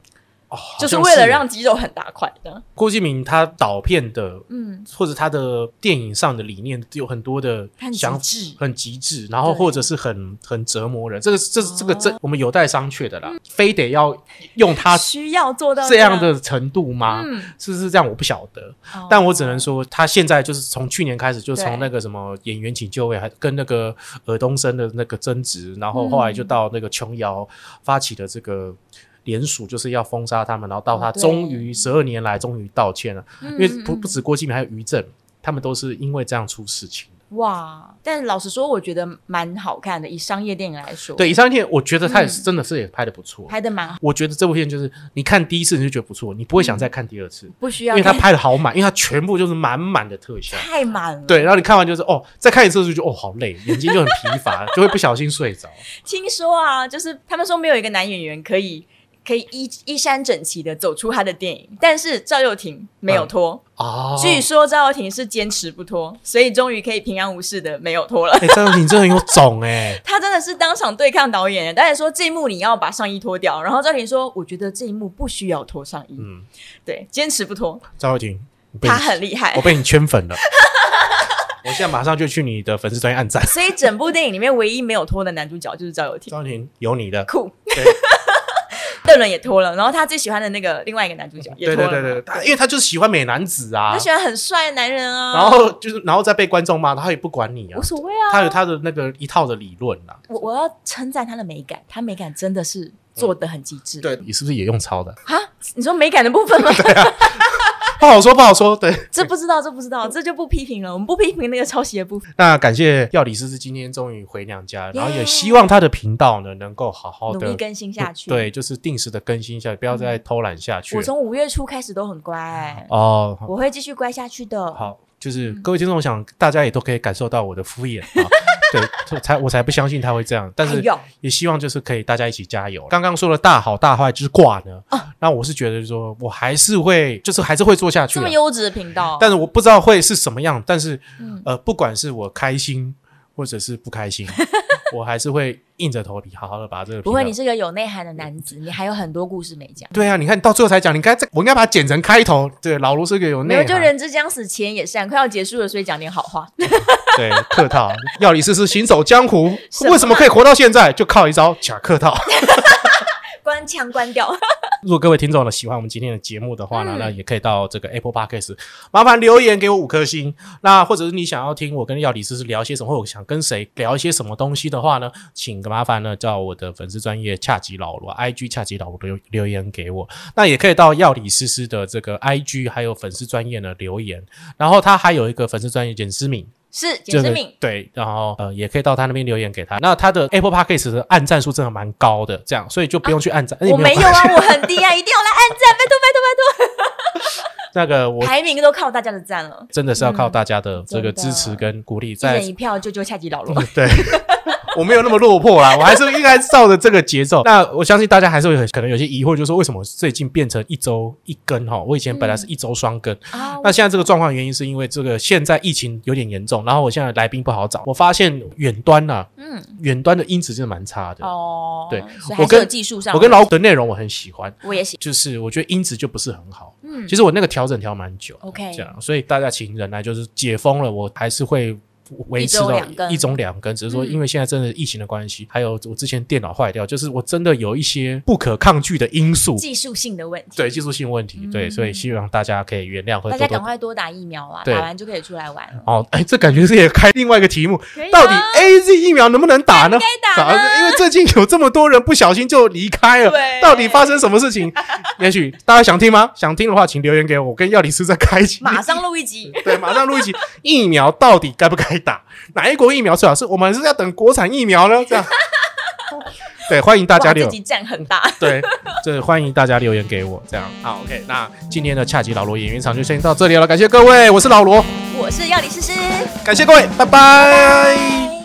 [SPEAKER 1] 哦，好
[SPEAKER 2] 就是
[SPEAKER 1] 像
[SPEAKER 2] 为了让肌肉很大块的。
[SPEAKER 1] 郭敬明他导片的
[SPEAKER 2] 嗯，
[SPEAKER 1] 或者他的电影上的理念有很多的
[SPEAKER 2] 很极
[SPEAKER 1] 想
[SPEAKER 2] 致。
[SPEAKER 1] 很极致，然后
[SPEAKER 2] 对
[SPEAKER 1] 或者是很很折磨人，这个这这个
[SPEAKER 2] 哦嗯
[SPEAKER 1] 这我们有待商榷的啦，非得要用他
[SPEAKER 2] 需要做到
[SPEAKER 1] 啊这样
[SPEAKER 2] 样
[SPEAKER 1] 的程度吗？
[SPEAKER 2] 嗯，
[SPEAKER 1] 是不是这样？我不晓得，
[SPEAKER 2] 哦
[SPEAKER 1] 但我只能说，他现在就是从去年开始，就
[SPEAKER 2] 对
[SPEAKER 1] 从那个什么演员请就位，还跟那个尔东升的那个争执，然后后来就到那个琼瑶发起的这个联署，就是要封杀他们，然后到
[SPEAKER 2] 哦
[SPEAKER 1] 他
[SPEAKER 2] 对
[SPEAKER 1] 终于十二年来终于道歉了，
[SPEAKER 2] 嗯
[SPEAKER 1] 因为
[SPEAKER 2] 嗯
[SPEAKER 1] 不
[SPEAKER 2] 嗯
[SPEAKER 1] 不止郭敬明，还有于正，他们都是因为这样出事情的。
[SPEAKER 2] 哇，但老实说，我觉得蛮好看的。以商业电影来说，
[SPEAKER 1] 对，以上片我觉得他
[SPEAKER 2] 嗯
[SPEAKER 1] 也是真的是也拍的不错。
[SPEAKER 2] 拍的蛮好，
[SPEAKER 1] 我觉得这部片就是你看第一次你就觉得不错，你不会
[SPEAKER 2] 嗯
[SPEAKER 1] 想再看第二次，
[SPEAKER 2] 不需
[SPEAKER 1] 因
[SPEAKER 2] 要
[SPEAKER 1] 为他
[SPEAKER 2] 看
[SPEAKER 1] 拍的好满，因为他全部就是满满的特效。
[SPEAKER 2] 太满了。
[SPEAKER 1] 对，然后你看完就是哦，再看一次就觉得哦好累，眼睛就很疲乏，就会不小心睡
[SPEAKER 2] <laughs>
[SPEAKER 1] 着。
[SPEAKER 2] 听说啊，就是他们说没有一个男演员可以可以衣衣衫整齐的走出他的电影，但是赵又廷没有脱，
[SPEAKER 1] 哦，
[SPEAKER 2] 据说赵又廷是坚持不脱，所以终于可以平安无事的没有脱了。、
[SPEAKER 1] 哎，张靓颖真的很有种哎
[SPEAKER 2] 他真的是当场对抗导演，导演说这一幕你要把上衣脱掉，然后赵又廷说我觉得这一幕不需要脱上衣，
[SPEAKER 1] 嗯，
[SPEAKER 2] 对，坚持不脱，
[SPEAKER 1] 赵又廷，我被你
[SPEAKER 2] 他很厉害
[SPEAKER 1] 我。被你圈粉了，我现在马上就去你的粉丝专业按赞。
[SPEAKER 2] <laughs> 所以整部电影里面唯一没有脱的男主角就是赵又廷，
[SPEAKER 1] 赵又廷有你的，
[SPEAKER 2] 酷。
[SPEAKER 1] 对
[SPEAKER 2] 邓伦也脱了，然后他最喜欢的那个另外一个男主角 <laughs> 也
[SPEAKER 1] 对
[SPEAKER 2] 脱
[SPEAKER 1] 对
[SPEAKER 2] 了嘛，
[SPEAKER 1] 对对，
[SPEAKER 2] <laughs>
[SPEAKER 1] 他因为他就是喜欢美男子啊
[SPEAKER 2] 他，喜欢很帅的男人啊。
[SPEAKER 1] 然后就是然后再被观众骂，他也不管你啊
[SPEAKER 2] 无，所谓啊。
[SPEAKER 1] 他有他的那个一套的理论啦、
[SPEAKER 2] 我我要称赞他的美感，他美感真的是做的很极致。
[SPEAKER 1] 对，你是不是也用抄的？ <laughs>
[SPEAKER 2] 啊，你说美感的部分吗？
[SPEAKER 1] 不好说，不好说。对，
[SPEAKER 2] <laughs>
[SPEAKER 1] <laughs>
[SPEAKER 2] 这不知道，这不知道，这就不批评了。我们不批评那个抄袭的部分，
[SPEAKER 1] 那感谢药理师是今天终于回娘家，然后也
[SPEAKER 2] Yeah
[SPEAKER 1] 希望他的频道呢能够好好
[SPEAKER 2] 努
[SPEAKER 1] 的
[SPEAKER 2] 力更新下去。，
[SPEAKER 1] 哦对，就是定时的更新一下，不要再偷懒下去
[SPEAKER 2] 我。从五月初开始都很乖，
[SPEAKER 1] 哦，好
[SPEAKER 2] 我会继续乖下去的。
[SPEAKER 1] 好，就是
[SPEAKER 2] 嗯
[SPEAKER 1] 各位听众，我想大家也都可以感受到我的敷衍
[SPEAKER 2] <laughs>
[SPEAKER 1] 啊。对，我才我才不相信他会这样，但
[SPEAKER 2] 哎
[SPEAKER 1] 是
[SPEAKER 2] 呦，
[SPEAKER 1] 也希望就是可以大家一起加油。刚刚说了大好大坏就是挂呢，
[SPEAKER 2] 哦
[SPEAKER 1] 那我是觉得说我还是会，就是还是会做下去
[SPEAKER 2] 这
[SPEAKER 1] 啊
[SPEAKER 2] 么，优质的频道，
[SPEAKER 1] 但是我不知道会是什么样，但是
[SPEAKER 2] 嗯，
[SPEAKER 1] 呃，不管是我开心或者是不开
[SPEAKER 2] <laughs>
[SPEAKER 1] 心，我还是会硬着头皮好好的把这个频道。
[SPEAKER 2] 不会，你是个有内涵的男子，你还有很多故事没讲。
[SPEAKER 1] 对啊，你看到最后才讲，你应该这我应该把它剪成开头。对，老卢是个有
[SPEAKER 2] 没
[SPEAKER 1] 内涵，
[SPEAKER 2] 有，就人之将死，其言也善。快要结束了，所以讲点好话。 <laughs>
[SPEAKER 1] 对客套。药理师是行走江湖
[SPEAKER 2] 什，么
[SPEAKER 1] 为什么可以活到现在？就靠一招假客套。
[SPEAKER 2] 关枪关掉。
[SPEAKER 1] 如果各位听众呢喜欢我们今天的节目的话呢，
[SPEAKER 2] 嗯
[SPEAKER 1] 那也可以到这个 Apple Podcast，麻烦留言给我五颗星。那或者是你想要听我跟药理师是聊些什么，或者我想跟谁聊一些什么东西的话呢，请麻烦呢到我的粉丝专业恰吉老罗 IG 恰吉老罗留留言给我。那也可以到药理师师的这个 IG 还有粉丝专业呢留言，然后他还有一个粉丝专业简思敏，
[SPEAKER 2] <laughs> 是简
[SPEAKER 1] 就
[SPEAKER 2] 之
[SPEAKER 1] 是
[SPEAKER 2] 敏，
[SPEAKER 1] 对，然后呃，也可以到他那边留言给他。那他的 Apple Podcast 的按赞数真的蛮高的，这样，所以就不用去按赞。哎
[SPEAKER 2] 我没有
[SPEAKER 1] 关系
[SPEAKER 2] 啊，我很低啊，一定要来按赞，拜托拜托拜
[SPEAKER 1] <laughs> 那个我
[SPEAKER 2] 托，排名都靠大家的赞了，
[SPEAKER 1] 真的是要靠大家的这个
[SPEAKER 2] 嗯真的
[SPEAKER 1] 支持跟鼓励，
[SPEAKER 2] 一
[SPEAKER 1] 在嗯
[SPEAKER 2] 人一票就救恰吉老罗。
[SPEAKER 1] <laughs> 对。我没有那么落魄啦，我还是应该照着这个节奏。那我相信大家还是会很可能有些疑惑，就是说为什么最近变成一周一根哈？我以前
[SPEAKER 2] 嗯
[SPEAKER 1] 本来是一周双更，
[SPEAKER 2] 啊，
[SPEAKER 1] 那现在这个状况原因是因为这个现在疫情有点严重，然后我现在来宾不好找，我发现远端呐、啊，
[SPEAKER 2] 嗯，
[SPEAKER 1] 远端的音质真的蛮差的。
[SPEAKER 2] 哦，
[SPEAKER 1] 对
[SPEAKER 2] 所以
[SPEAKER 1] 我
[SPEAKER 2] 还是
[SPEAKER 1] 跟
[SPEAKER 2] 有技术上，
[SPEAKER 1] 我跟老古的内容我很喜欢，
[SPEAKER 2] 我也喜，
[SPEAKER 1] 就是我觉得音质就不是很好。
[SPEAKER 2] 嗯
[SPEAKER 1] 其实我那个调整调蛮久的
[SPEAKER 2] OK
[SPEAKER 1] 这样，所以大家请忍耐，就是解封了，我还是会。维持
[SPEAKER 2] 一
[SPEAKER 1] 到
[SPEAKER 2] 周两更
[SPEAKER 1] 一中两根，只是说
[SPEAKER 2] 嗯
[SPEAKER 1] 因为现在真的疫情的关系，还有我之前电脑坏掉，就是我真的有一些不可抗拒的因素，
[SPEAKER 2] 技术性的问题，
[SPEAKER 1] 对技术性问题，
[SPEAKER 2] 嗯
[SPEAKER 1] 对，所以希望大家可以原谅和
[SPEAKER 2] 大
[SPEAKER 1] 多
[SPEAKER 2] 家赶
[SPEAKER 1] 多。
[SPEAKER 2] 快多打疫苗啦，
[SPEAKER 1] 对
[SPEAKER 2] 打完就可以出来玩了。
[SPEAKER 1] 哦，哎，这感觉是也开另外一个题目，
[SPEAKER 2] 可以啊
[SPEAKER 1] 到底 A Z 疫苗能不能打呢？
[SPEAKER 2] 该打呢
[SPEAKER 1] 因为最近有这么多人不小心就离开了
[SPEAKER 2] 对，
[SPEAKER 1] 到底发生什么事
[SPEAKER 2] <laughs>
[SPEAKER 1] 情？也许大家想听吗？想听的话，请留言给我，我跟药理师再开启。
[SPEAKER 2] 马上录一集，
[SPEAKER 1] 对，马上录一集疫苗到底该不该打？哪一国疫苗最好？是我们是要等国产疫苗呢？这样。对，欢迎大家
[SPEAKER 2] 哇，
[SPEAKER 1] 留
[SPEAKER 2] 这集战很大。
[SPEAKER 1] 对，这欢迎大家留言给我，这样好 OK。那今天的恰吉老罗演员场就先到这里了，感谢各位，我是老罗，
[SPEAKER 2] 我是药理诗诗，
[SPEAKER 1] 感谢各位，拜拜
[SPEAKER 2] 拜。